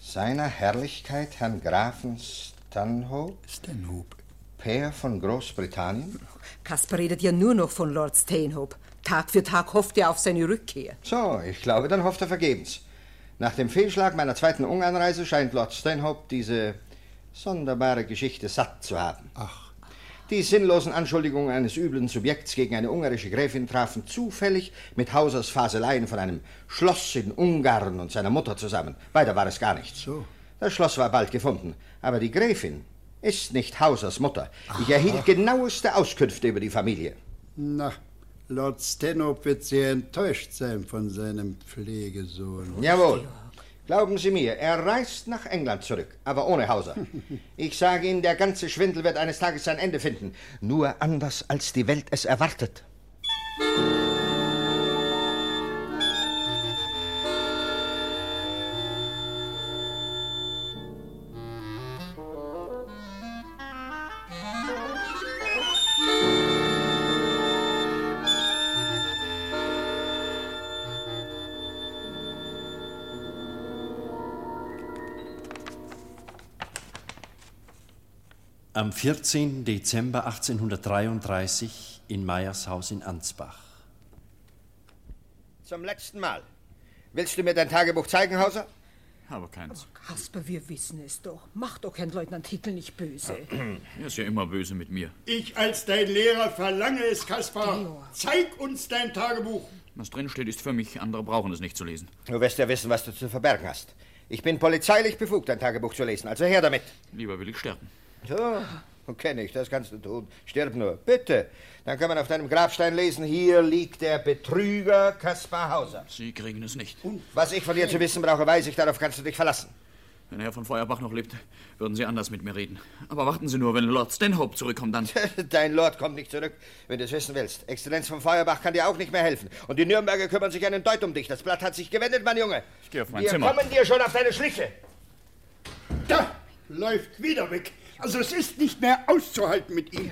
Seiner Herrlichkeit Herrn Grafen Stanhope.
Stanhope.
Pair von Großbritannien.
Kasper redet ja nur noch von Lord Stanhope. Tag für Tag hofft er auf seine Rückkehr.
So, ich glaube, dann hofft er vergebens. Nach dem Fehlschlag meiner zweiten Ungarnreise scheint Lord Stanhope diese sonderbare Geschichte satt zu haben.
Ach.
Die sinnlosen Anschuldigungen eines üblen Subjekts gegen eine ungarische Gräfin trafen zufällig mit Hausers Faseleien von einem Schloss in Ungarn und seiner Mutter zusammen. Weiter war es gar nichts.
So.
Das Schloss war bald gefunden, aber die Gräfin ist nicht Hausers Mutter. Ich erhielt genaueste Auskünfte über die Familie.
Na, Lord Stanhope wird sehr enttäuscht sein von seinem Pflegesohn.
Jawohl. Glauben Sie mir, er reist nach England zurück, aber ohne Hauser. Ich sage Ihnen, der ganze Schwindel wird eines Tages sein Ende finden. Nur anders, als die Welt es erwartet.
Am 14. Dezember 1833 in Meyers Haus in Ansbach.
Zum letzten Mal. Willst du mir dein Tagebuch zeigen, Hauser?
Aber keins.
Kasper, wir wissen es doch. Mach doch Herrn Leutnant Hickel nicht böse.
Er ist ja immer böse mit mir.
Ich als dein Lehrer verlange es, Kaspar. Äh, Zeig uns dein Tagebuch.
Was drin steht, ist für mich, andere brauchen es nicht zu lesen.
Du wirst ja wissen, was du zu verbergen hast. Ich bin polizeilich befugt, dein Tagebuch zu lesen, also her damit.
Lieber will ich sterben.
So, kenne ich, das kannst du tun. Stirb nur, bitte. Dann kann man auf deinem Grabstein lesen, hier liegt der Betrüger Kaspar Hauser.
Sie kriegen es nicht.
Was ich von dir zu wissen brauche, weiß ich, darauf kannst du dich verlassen.
Wenn Herr von Feuerbach noch lebte, würden Sie anders mit mir reden. Aber warten Sie nur, wenn Lord Stanhope zurückkommt, dann.
Dein Lord kommt nicht zurück, wenn du es wissen willst. Exzellenz von Feuerbach kann dir auch nicht mehr helfen. Und die Nürnberger kümmern sich einen Deut um dich. Das Blatt hat sich gewendet, mein Junge. Ich
gehe auf
Wir kommen dir schon auf deine Schliche.
Da läuft wieder weg. Also es ist nicht mehr auszuhalten mit ihm.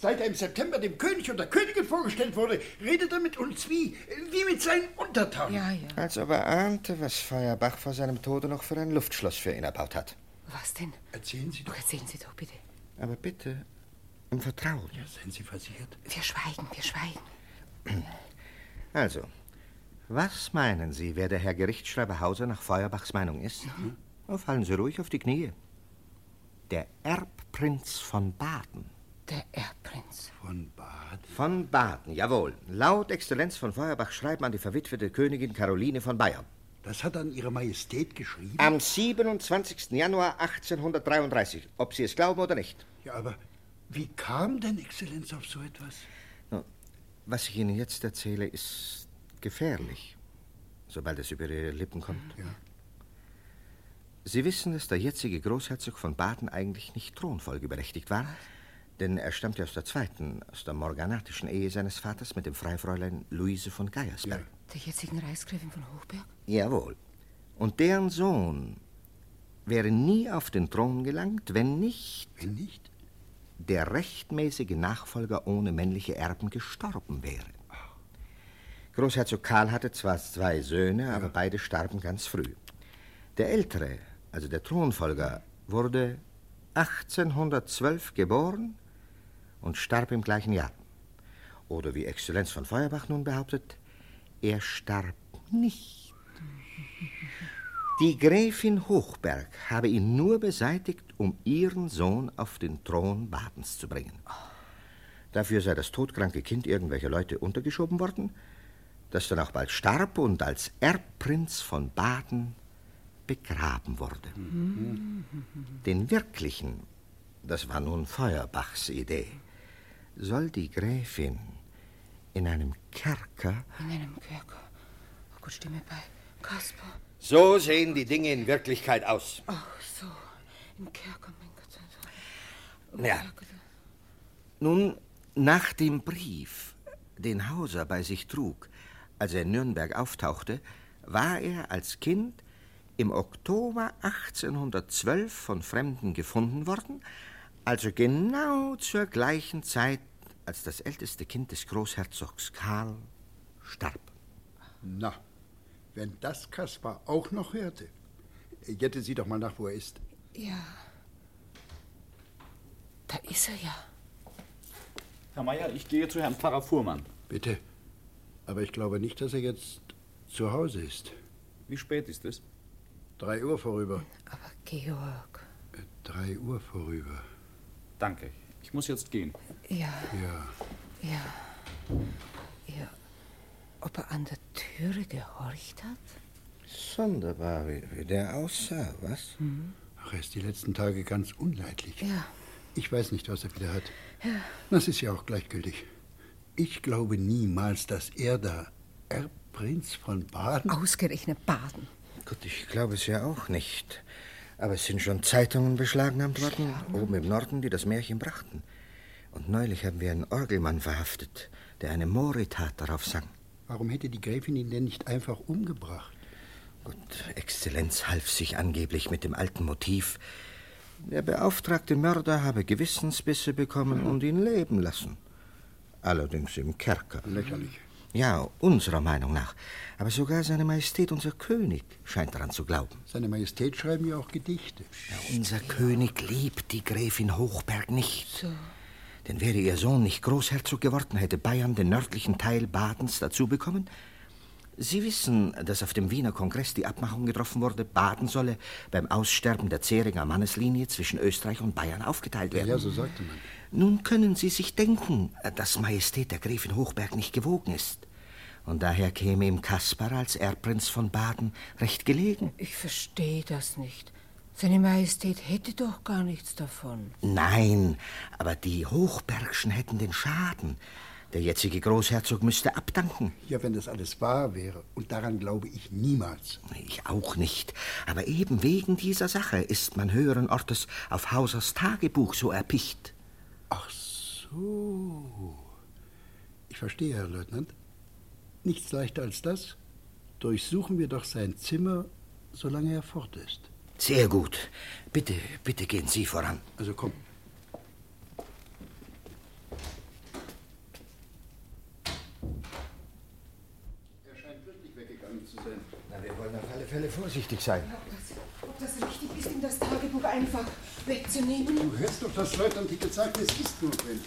Seit er im September dem König und der Königin vorgestellt wurde, redet er mit uns wie, wie mit seinen Untertanen.
Also Als ob er ahnte, was Feuerbach vor seinem Tode noch für ein Luftschloss für ihn erbaut hat.
Was denn?
Erzählen Sie
doch. Erzählen Sie doch bitte.
Aber bitte,
um
im Vertrauen.
Ja, seien Sie versichert.
Wir schweigen, wir schweigen.
Also, was meinen Sie, wer der Herr Gerichtsschreiber Hauser nach Feuerbachs Meinung ist?
Mhm.
Oh, fallen Sie ruhig auf die Knie. Der Erbprinz von Baden.
Der Erbprinz.
Von Baden? Von Baden, jawohl. Laut Exzellenz von Feuerbach schreiben an die verwitwete Königin Caroline von Bayern.
Das hat an Ihre Majestät geschrieben?
Am 27. Januar 1833, ob Sie es glauben oder nicht.
Ja, aber wie kam denn Exzellenz auf so etwas?
Nun, Was ich Ihnen jetzt erzähle, ist gefährlich, sobald es über Ihre Lippen kommt. Sie wissen, dass der jetzige Großherzog von Baden eigentlich nicht thronfolgeberechtigt war, denn er stammte aus der zweiten, aus der morganatischen Ehe seines Vaters mit dem Freifräulein Luise von Geiersberg.
Der jetzigen Reichsgräfin von Hochberg?
Jawohl. Und deren Sohn wäre nie auf den Thron gelangt, wenn nicht. Wenn nicht? Der rechtmäßige Nachfolger ohne männliche Erben gestorben wäre. Großherzog Karl hatte zwar zwei Söhne, aber beide starben ganz früh. Der Ältere, also der Thronfolger, wurde 1812 geboren und starb im gleichen Jahr. Oder wie Exzellenz von Feuerbach nun behauptet, er starb nicht. Die Gräfin Hochberg habe ihn nur beseitigt, um ihren Sohn auf den Thron Badens zu bringen. Dafür sei das todkranke Kind irgendwelcher Leute untergeschoben worden, das dann auch bald starb und als Erbprinz von Baden begraben wurde. Den wirklichen, das war nun Feuerbachs Idee, soll die Gräfin in einem Kerker
In einem Kerker. Oh Gott, stimme bei. Kaspar.
So sehen die Dinge in Wirklichkeit aus.
Ach so. Im Kerker, mein Gott.
Ja. Nun, nach dem Brief, den Hauser bei sich trug, als er in Nürnberg auftauchte, war er als Kind im Oktober 1812 von Fremden gefunden worden, also genau zur gleichen Zeit, als das älteste Kind des Großherzogs Karl starb.
Na, wenn das Kaspar auch noch hörte. Jette, sieh doch mal nach, wo er ist.
Ja. Da ist er ja.
Herr Meier, ich gehe zu Herrn Pfarrer Fuhrmann.
Bitte. Aber ich glaube nicht, dass er jetzt zu Hause ist.
Wie spät ist es?
Drei Uhr vorüber.
Georg.
Drei Uhr vorüber.
Danke. Ich muss jetzt gehen.
Ja,
Ja.
ja. Ja. Ob er an der Türe gehorcht hat?
Sonderbar, wie, wie der aussah, was?
Ach, er ist die letzten Tage ganz unleidlich.
Ja.
Ich weiß nicht, was er wieder hat.
Ja.
Das ist ja auch gleichgültig. Ich glaube niemals, dass er da Erbprinz von Baden.
Ausgerechnet Baden.
Gut, ich glaube es ja auch nicht. Aber es sind schon Zeitungen beschlagnahmt worden, oben im Norden, die das Märchen brachten. Und neulich haben wir einen Orgelmann verhaftet, der eine Moritat darauf sang.
Warum hätte die Gräfin ihn denn nicht einfach umgebracht?
Exzellenz half sich angeblich mit dem alten Motiv. Der beauftragte Mörder habe Gewissensbisse bekommen und ihn leben lassen. Allerdings im Kerker.
Lächerlich.
Ja, unserer Meinung nach. Aber sogar seine Majestät, unser König, scheint daran zu glauben.
Seine Majestät schreiben ja auch Gedichte.
Unser König liebt die Gräfin Hochberg nicht. Denn wäre ihr Sohn nicht Großherzog geworden, hätte Bayern den nördlichen Teil Badens dazu bekommen. Sie wissen, dass auf dem Wiener Kongress die Abmachung getroffen wurde, Baden solle beim Aussterben der Zähringer Manneslinie zwischen Österreich und Bayern aufgeteilt werden.
Ja, so sagte man.
Nun können Sie sich denken, dass Majestät der Gräfin Hochberg nicht gewogen ist. Und daher käme ihm Kaspar als Erbprinz von Baden recht gelegen.
Ich verstehe das nicht. Seine Majestät hätte doch gar nichts davon.
Nein, aber die Hochbergschen hätten den Schaden. Der jetzige Großherzog müsste abdanken.
Ja, wenn das alles wahr wäre. Und daran glaube ich niemals.
Ich auch nicht. Aber eben wegen dieser Sache ist man höheren Ortes auf Hausers Tagebuch so erpicht.
Ach so. Ich verstehe, Herr Leutnant. Nichts leichter als das. Durchsuchen wir doch sein Zimmer, solange er fort ist.
Sehr gut. Bitte, bitte gehen Sie voran.
Also komm. Er scheint wirklich weggegangen zu sein.
Na, wir wollen auf alle Fälle vorsichtig sein.
ob das richtig ist, ihm das Tagebuch einfach wegzunehmen.
Du hörst doch das Schleuderntike sagt, es ist notwendig.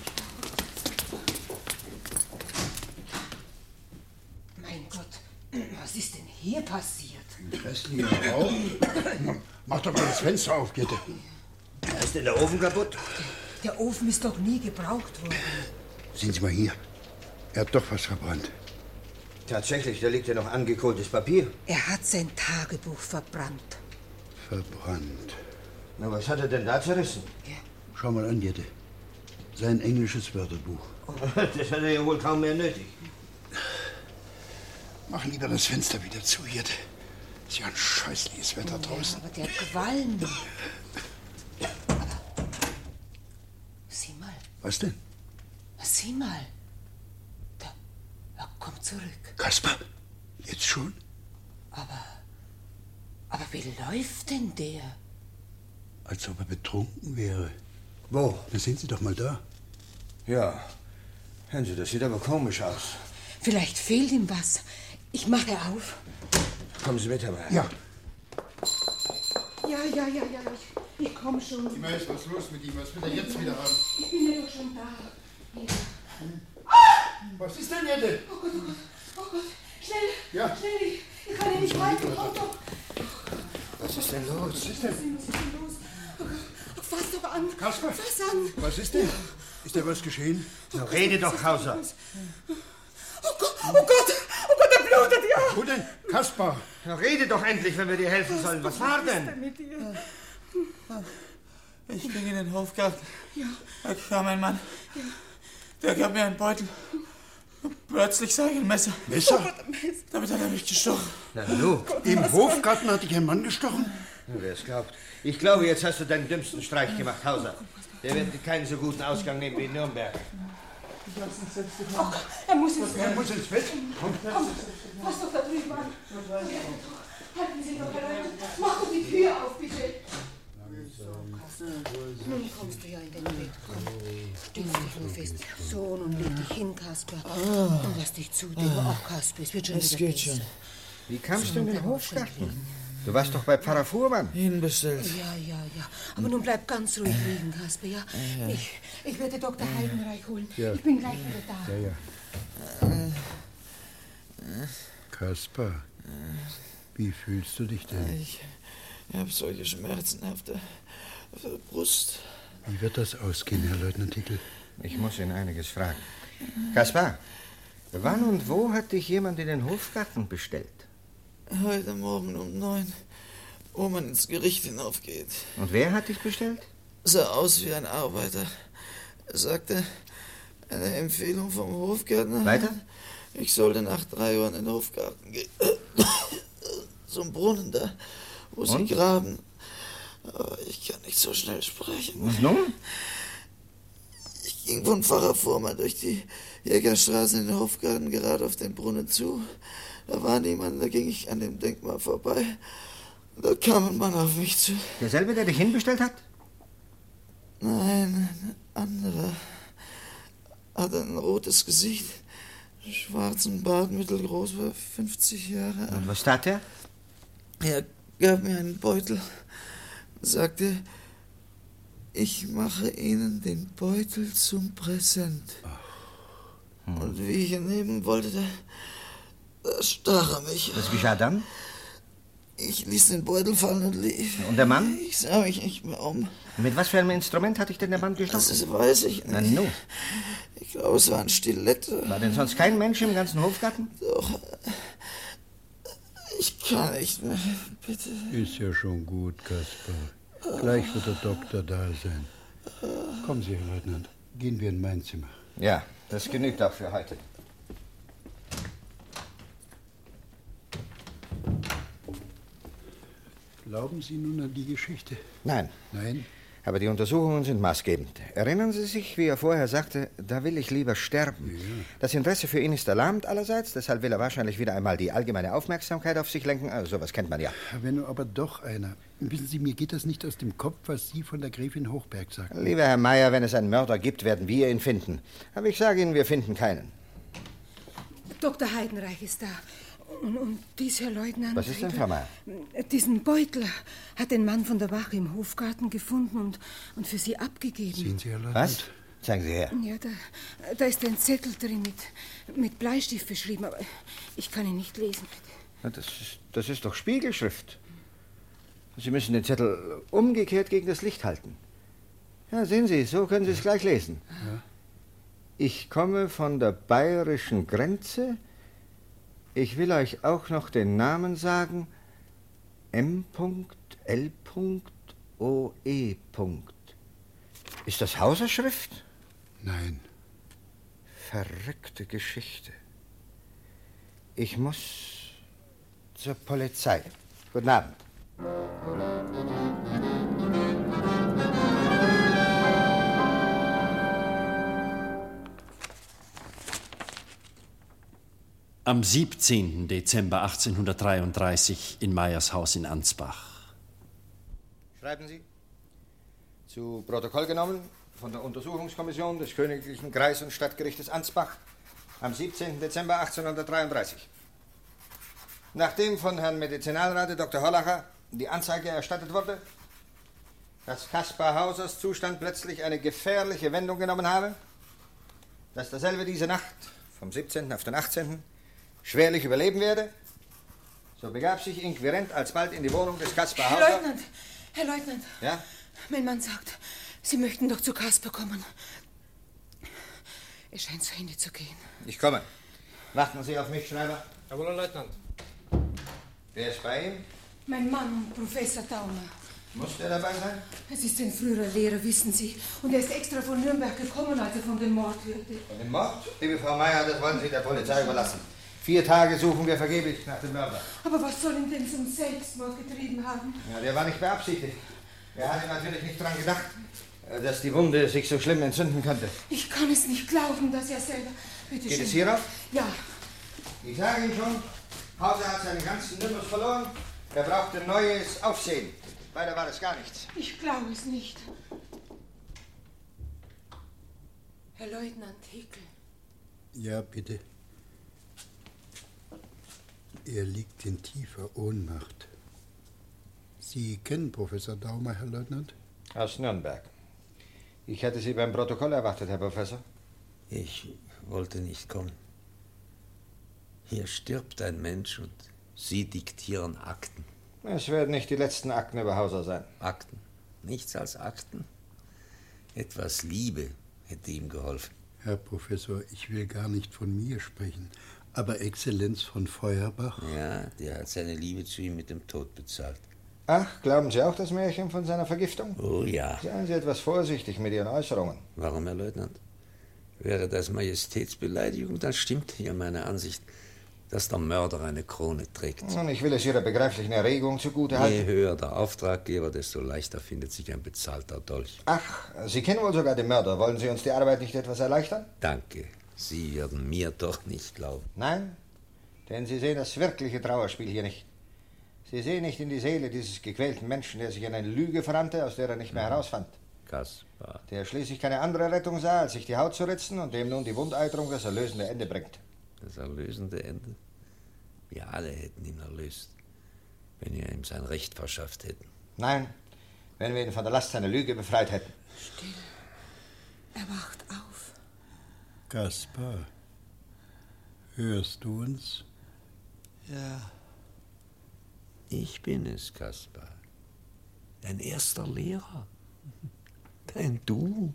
Mein Gott, was ist denn hier passiert?
Im festlichen Raum? Mach doch mal das Fenster auf, Gitte.
Ist denn der Ofen kaputt?
Der Ofen ist doch nie gebraucht worden.
Sehen Sie mal hier. Er hat doch was verbrannt.
Tatsächlich, da liegt ja noch angekohltes Papier.
Er hat sein Tagebuch verbrannt.
Verbrannt.
Na, was hat er denn da zerrissen?
Schau mal an, Gitte. Sein englisches Wörterbuch.
Das hat er ja wohl kaum mehr nötig.
Mach lieber das Fenster wieder zu, Gitte. Ist ja ein scheußliches Wetter draußen.
Aber der Qualm. Sieh mal,
Was denn?
sieh mal. Da, er kommt zurück.
Kaspar? Jetzt schon?
Aber, aber wie läuft denn der?
Als ob er betrunken wäre. Wo? Da sind Sie doch mal da.
Ja. Hören Sie, das sieht aber komisch aus.
Vielleicht fehlt ihm was. Ich mache auf.
Kommen Sie mit, Herr Meier. Ja.
Ja, ja, ja, ja. Ich, ich komme schon.
Immer ist was los mit ihm. Was will er jetzt wieder haben?
Ich bin ja doch schon da. Hm.
Was ist denn, Jette?
Oh Gott, oh Gott, oh Gott. Schnell,
Ja.
schnell. Ich, ich kann ja nicht halten. Oh Gott,
Was ist denn los?
Was ist denn?
was ist denn los? Oh Gott, oh, fass doch an.
Kasper?
Fass an.
Was ist denn? Ist da was geschehen?
Na, rede doch, Hauser.
Oh Gott, oh Gott, oh Gott, er blutet ja.
Wo denn? Kaspar!
Na, rede doch endlich, wenn wir dir helfen sollen. Was war denn? Äh.
mit dir?
Ich ging in den Hofgarten. Da kam ein Mann. Der gab mir einen Beutel. Und plötzlich sah ich ein Messer.
Messer?
Oh
Damit hat er mich gestochen.
Na, du.
Im Hofgarten hat dich ein Mann gestochen?
Wer es glaubt. Ich glaube, jetzt hast du deinen dümmsten Streich gemacht, Hauser. Der wird keinen so guten Ausgang nehmen wie in Nürnberg.
Ich hab's nicht selbst
Oh Gott, er muss ins Bett.
ins Bett.
Komm, fass doch da drüben an. Halten Sie doch, Herr Leute. Mach doch die Tür auf, bitte. Nun kommst du ja in den Bett. Komm, stütz dich nur fest. So, nun leg dich hin, Kasper. Und lass dich zudecken. Ach, Kasper, Ah. es wird schon wieder besser.
Wie kamst du in den Hofgarten?
liegen.
Du warst doch bei Pfarrer Fuhrmann. Hinbestellt.
Ja, ja, ja. Aber nun bleib ganz ruhig
Äh.
liegen, Kasper, ja?
Ja.
Ich, ich werde Dr.
Äh.
Heidenreich holen.
Ja.
Ich bin gleich wieder da.
ja. Kaspar, wie fühlst du dich denn?
Ich habe solche Schmerzen auf der, auf der äh, Brust.
Wie wird das ausgehen, Herr Leutnant Hickel?
Ich muss ihn einiges fragen. Kaspar, wann und wo hat dich jemand in den Hofgarten bestellt?
Heute Morgen um neun, wo man ins Gericht hinaufgeht.
Und wer hat dich bestellt?
Sah aus wie ein Arbeiter. Er sagte, eine Empfehlung vom Hofgärtner.
Weiter?
Ich sollte nach drei Uhr in den Hofgarten gehen. Zum Brunnen da, wo
Und?
sie graben. Aber ich kann nicht so schnell sprechen.
Und nun?
Ich ging von Pfarrer Fuhrmann durch die Jägerstraße in den Hofgarten gerade auf den Brunnen zu. Da war niemand, da ging ich an dem Denkmal vorbei. Da kam ein Mann auf mich zu.
Derselbe, der dich hinbestellt hat?
Nein, ein anderer. Hat ein rotes Gesicht, schwarzen Bart, mittelgroß, war 50 Jahre alt.
Und was tat er?
Er gab mir einen Beutel, sagte, ich mache Ihnen den Beutel zum Präsent. Und wie ich ihn nehmen wollte, da, da stach er mich.
Was geschah dann?
Ich ließ den Beutel fallen und lief.
Und der Mann?
Ich sah mich nicht mehr um.
Mit was für einem Instrument hat dich denn der Mann gestochen?
Das weiß ich
Na nu.
Ich glaube, es war ein Stilett.
War denn sonst kein Mensch im ganzen Hofgarten?
Doch. Ich kann nicht mehr. Bitte.
Ist ja schon gut, Kaspar. Gleich wird der Doktor da sein. Kommen Sie, Herr Leutnant. Gehen wir in mein Zimmer.
Ja, das genügt auch für heute.
Glauben Sie nun an die Geschichte?
Nein.
Nein?
Aber die Untersuchungen sind maßgebend. Erinnern Sie sich, wie er vorher sagte, da will ich lieber sterben. Das Interesse für ihn ist erlahmt allerseits, deshalb will er wahrscheinlich wieder einmal die allgemeine Aufmerksamkeit auf sich lenken. Also, sowas kennt man ja.
Wenn nur aber doch einer. Wissen Sie, mir geht das nicht aus dem Kopf, was Sie von der Gräfin Hochberg sagten.
Lieber Herr Meier, wenn es einen Mörder gibt, werden wir ihn finden. Aber ich sage Ihnen, wir finden keinen.
Dr. Heidenreich ist da. Und, und dieser Leutnant.
Was ist denn, Frau
Heidler, Diesen Beutel hat ein Mann von der Wache im Hofgarten gefunden und, und für Sie abgegeben.
Sehen Sie, Herr Leutnant? Was? Zeigen Sie her.
Ja, da, da ist ein Zettel drin mit, mit Bleistift beschrieben, aber ich kann ihn nicht lesen.
Na, Das ist, das ist doch Spiegelschrift. Sie müssen den Zettel umgekehrt gegen das Licht halten. Ja, sehen Sie, so können Sie es gleich lesen. Ich komme von der bayerischen Grenze. Ich will euch auch noch den Namen sagen. M.L.O.E. E. Ist das Hauserschrift?
Nein.
Verrückte Geschichte. Ich muss zur Polizei. Guten Abend.
Am 17. Dezember 1833 in Meyers Haus in Ansbach.
Schreiben Sie. Zu Protokoll genommen von der Untersuchungskommission des Königlichen Kreis- und Stadtgerichtes Ansbach am 17. Dezember 1833. Nachdem von Herrn Medizinalrat Dr. Hollacher die Anzeige erstattet wurde, dass Kaspar Hausers Zustand plötzlich eine gefährliche Wendung genommen habe, dass derselbe diese Nacht vom 17. auf den 18. schwerlich überleben werde, so begab sich Inquirent alsbald in die Wohnung des Kaspar
Herr
Hauser.
Leutnant, Herr Leutnant,
Ja?
mein Mann sagt, Sie möchten doch zu Kasper kommen. Er scheint zu Ende zu gehen.
Ich komme. Warten Sie auf mich, Schneider. Jawohl, Herr Leutnant. Wer ist bei ihm?
Mein Mann, Professor Daumer.
Muss der dabei sein?
Es ist ein früherer Lehrer, wissen Sie. Und er ist extra von Nürnberg gekommen, als er von dem Mord hörte.
Von dem Mord? Liebe Frau Meier, das wollen Sie der Polizei überlassen. Vier Tage suchen wir vergeblich nach dem Mörder.
Aber was soll ihn denn zum Selbstmord getrieben haben?
Ja, der war nicht beabsichtigt. Er hatte natürlich nicht dran gedacht, äh, dass die Wunde sich so schlimm entzünden könnte.
Ich kann es nicht glauben, dass er selber. Bitte
Geht
schön.
es hierauf?
Ja.
Ich sage Ihnen schon, Hauser hat seinen ganzen Nimbus verloren. Er brauchte neues Aufsehen. Leider war das gar nichts.
Ich glaube es nicht. Herr Leutnant Hickel.
Ja, bitte. Er liegt in tiefer Ohnmacht. Sie kennen Professor Daumer, Herr Leutnant?
Aus Nürnberg. Ich hätte Sie beim Protokoll erwartet, Herr Professor.
Ich wollte nicht kommen. Hier stirbt ein Mensch und Sie diktieren Akten.
Es werden nicht die letzten Akten über Hauser sein.
Akten. Nichts als Akten. Etwas Liebe hätte ihm geholfen.
Herr Professor, ich will gar nicht von mir sprechen, aber Exzellenz von Feuerbach.
Ja, der hat seine Liebe zu ihm mit dem Tod bezahlt.
Ach, glauben Sie auch das Märchen von seiner Vergiftung?
Oh ja.
Seien Sie etwas vorsichtig mit Ihren Äußerungen.
Warum, Herr Leutnant? Wäre das Majestätsbeleidigung, dann stimmt hier meine Ansicht, dass der Mörder eine Krone trägt.
Nun, ich will es Ihrer begreiflichen Erregung zugute
Je
halten.
höher der Auftraggeber, desto leichter findet sich ein bezahlter Dolch.
Ach, Sie kennen wohl sogar den Mörder. Wollen Sie uns die Arbeit nicht etwas erleichtern?
Danke, Sie werden mir doch nicht glauben.
Nein, denn Sie sehen das wirkliche Trauerspiel hier nicht. Sie sehen nicht in die Seele dieses gequälten Menschen, der sich in eine Lüge verrannte, aus der er nicht mehr herausfand.
Mhm. Kaspar.
Der schließlich keine andere Rettung sah, als sich die Haut zu ritzen und dem nun die Wundeiterung das erlösende Ende bringt.
Das erlösende Ende? Wir alle hätten ihn erlöst, wenn wir ihm sein Recht verschafft hätten.
Nein, wenn wir ihn von der Last seiner Lüge befreit hätten.
Er wacht auf.
Kaspar, hörst du uns?
Ja. Ich bin es, Kaspar. Dein erster Lehrer. Dein Du.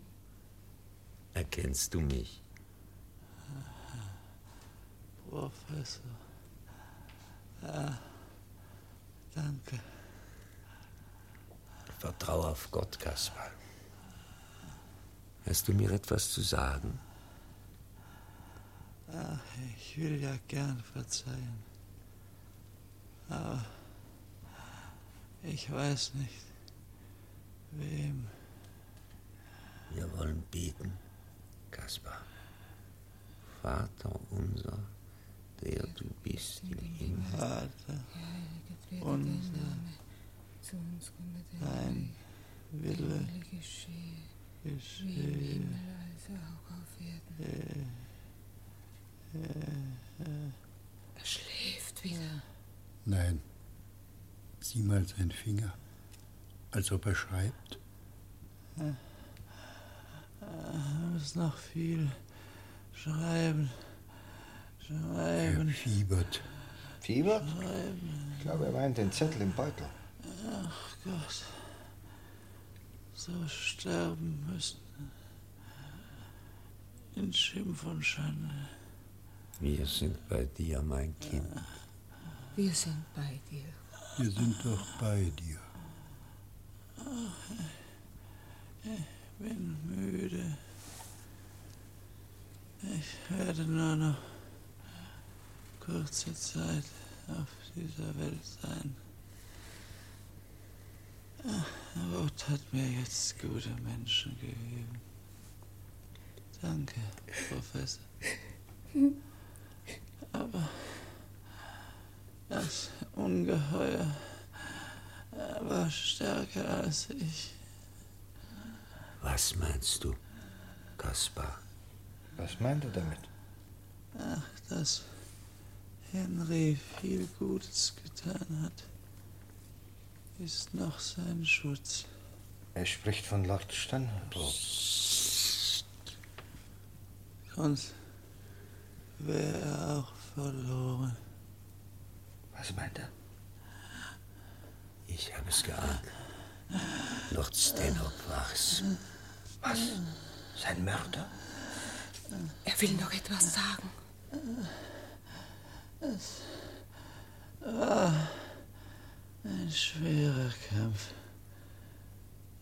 Erkennst du mich?
Professor. Ja, Ah, danke.
Vertrau auf Gott, Kaspar. Hast du mir etwas zu sagen?
Ach, Ah, ich will ja gern verzeihen. Aber ich weiß nicht, wem.
Wir wollen beten, Kaspar. Vater unser, der du bist im Himmel.
Vater, unser, dein Wille geschehe. äh, äh.
Er schläft.
Giftfinger.
Nein. Sieh mal seinen Finger. Als ob er schreibt.
Wir müssen Äh, noch viel schreiben.
Er
Schreiben.
fiebert.
Fieber?
Schreiben.
Ich glaube, er meint den Zettel im Beutel.
Ach Gott. So sterben müssen. In Schimpf und Schande.
Wir sind bei dir, mein Kind.
Wir sind bei dir.
Wir sind doch bei dir.
Ach, Ah, ich bin müde. Ich werde nur noch kurze Zeit auf dieser Welt sein. Ach, Gott hat mir jetzt gute Menschen gegeben. Danke, Professor. Aber das Ungeheuer war stärker als ich.
Was meinst du, Kaspar?
Was meint er damit?
Ach, dass Henry viel Gutes getan hat, ist noch sein Schutz.
Er spricht von Lord Stanhope.
Sonst wäre er auch verloren.
Was meint er? Ich habe es geahnt. Lord Stanhope war es.
Was? Sein Mörder?
Er will noch etwas sagen.
Es war Ah, ein schwerer Kampf.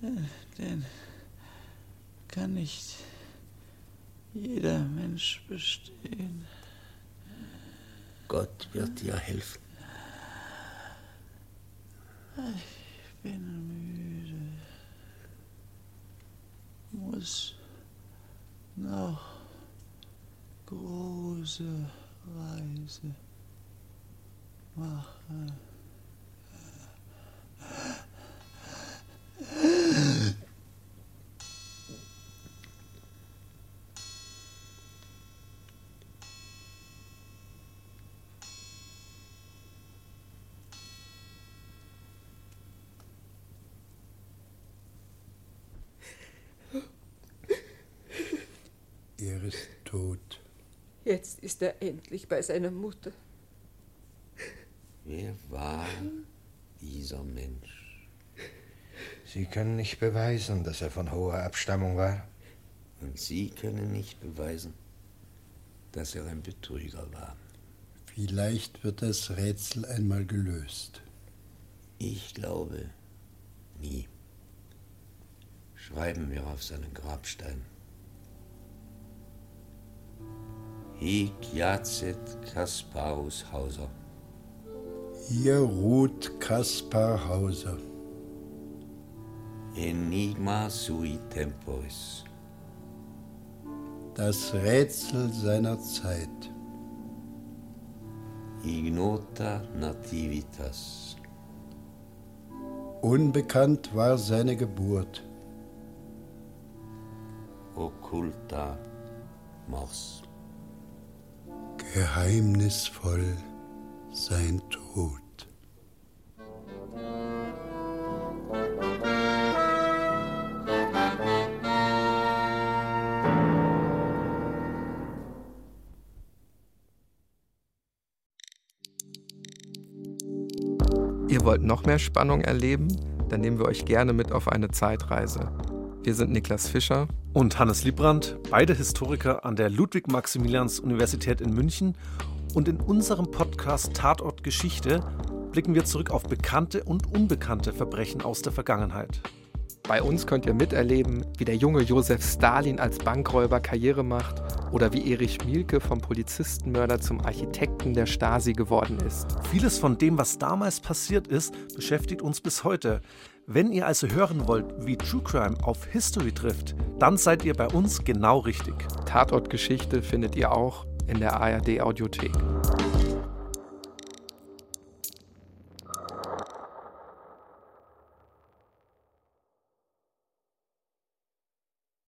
Äh, Den kann nicht jeder Mensch bestehen.
Gott wird dir helfen.
Ah, Ich bin müde. Muss noch große Reise machen.
Er ist tot.
Jetzt ist er endlich bei seiner Mutter.
Wer war dieser Mensch?
Sie können nicht beweisen, dass er von hoher Abstammung war.
Und Sie können nicht beweisen, dass er ein Betrüger war.
Vielleicht wird das Rätsel einmal gelöst.
Ich glaube nie. Schreiben wir auf seinen Grabstein. Hic jacet Kasparus Hauser.
Hier ruht Kaspar Hauser.
Enigma sui temporis.
Das Rätsel seiner Zeit.
Ignota nativitas.
Unbekannt war seine Geburt.
Occulta mors.
Geheimnisvoll sein Tod.
Ihr wollt noch mehr Spannung erleben? Dann nehmen wir euch gerne mit auf eine Zeitreise. Wir sind Niklas Fischer
und Hannes Liebrandt, beide Historiker an der Ludwig-Maximilians-Universität in München. Und in unserem Podcast Tatort Geschichte blicken wir zurück auf bekannte und unbekannte Verbrechen aus der Vergangenheit.
Bei uns könnt ihr miterleben, wie der junge Josef Stalin als Bankräuber Karriere macht oder wie Erich Mielke vom Polizistenmörder zum Architekten der Stasi geworden ist.
Vieles von dem, was damals passiert ist, beschäftigt uns bis heute. Wenn ihr also hören wollt, wie True Crime auf History trifft, dann seid ihr bei uns genau richtig.
Tatortgeschichte findet ihr auch in der ARD Audiothek.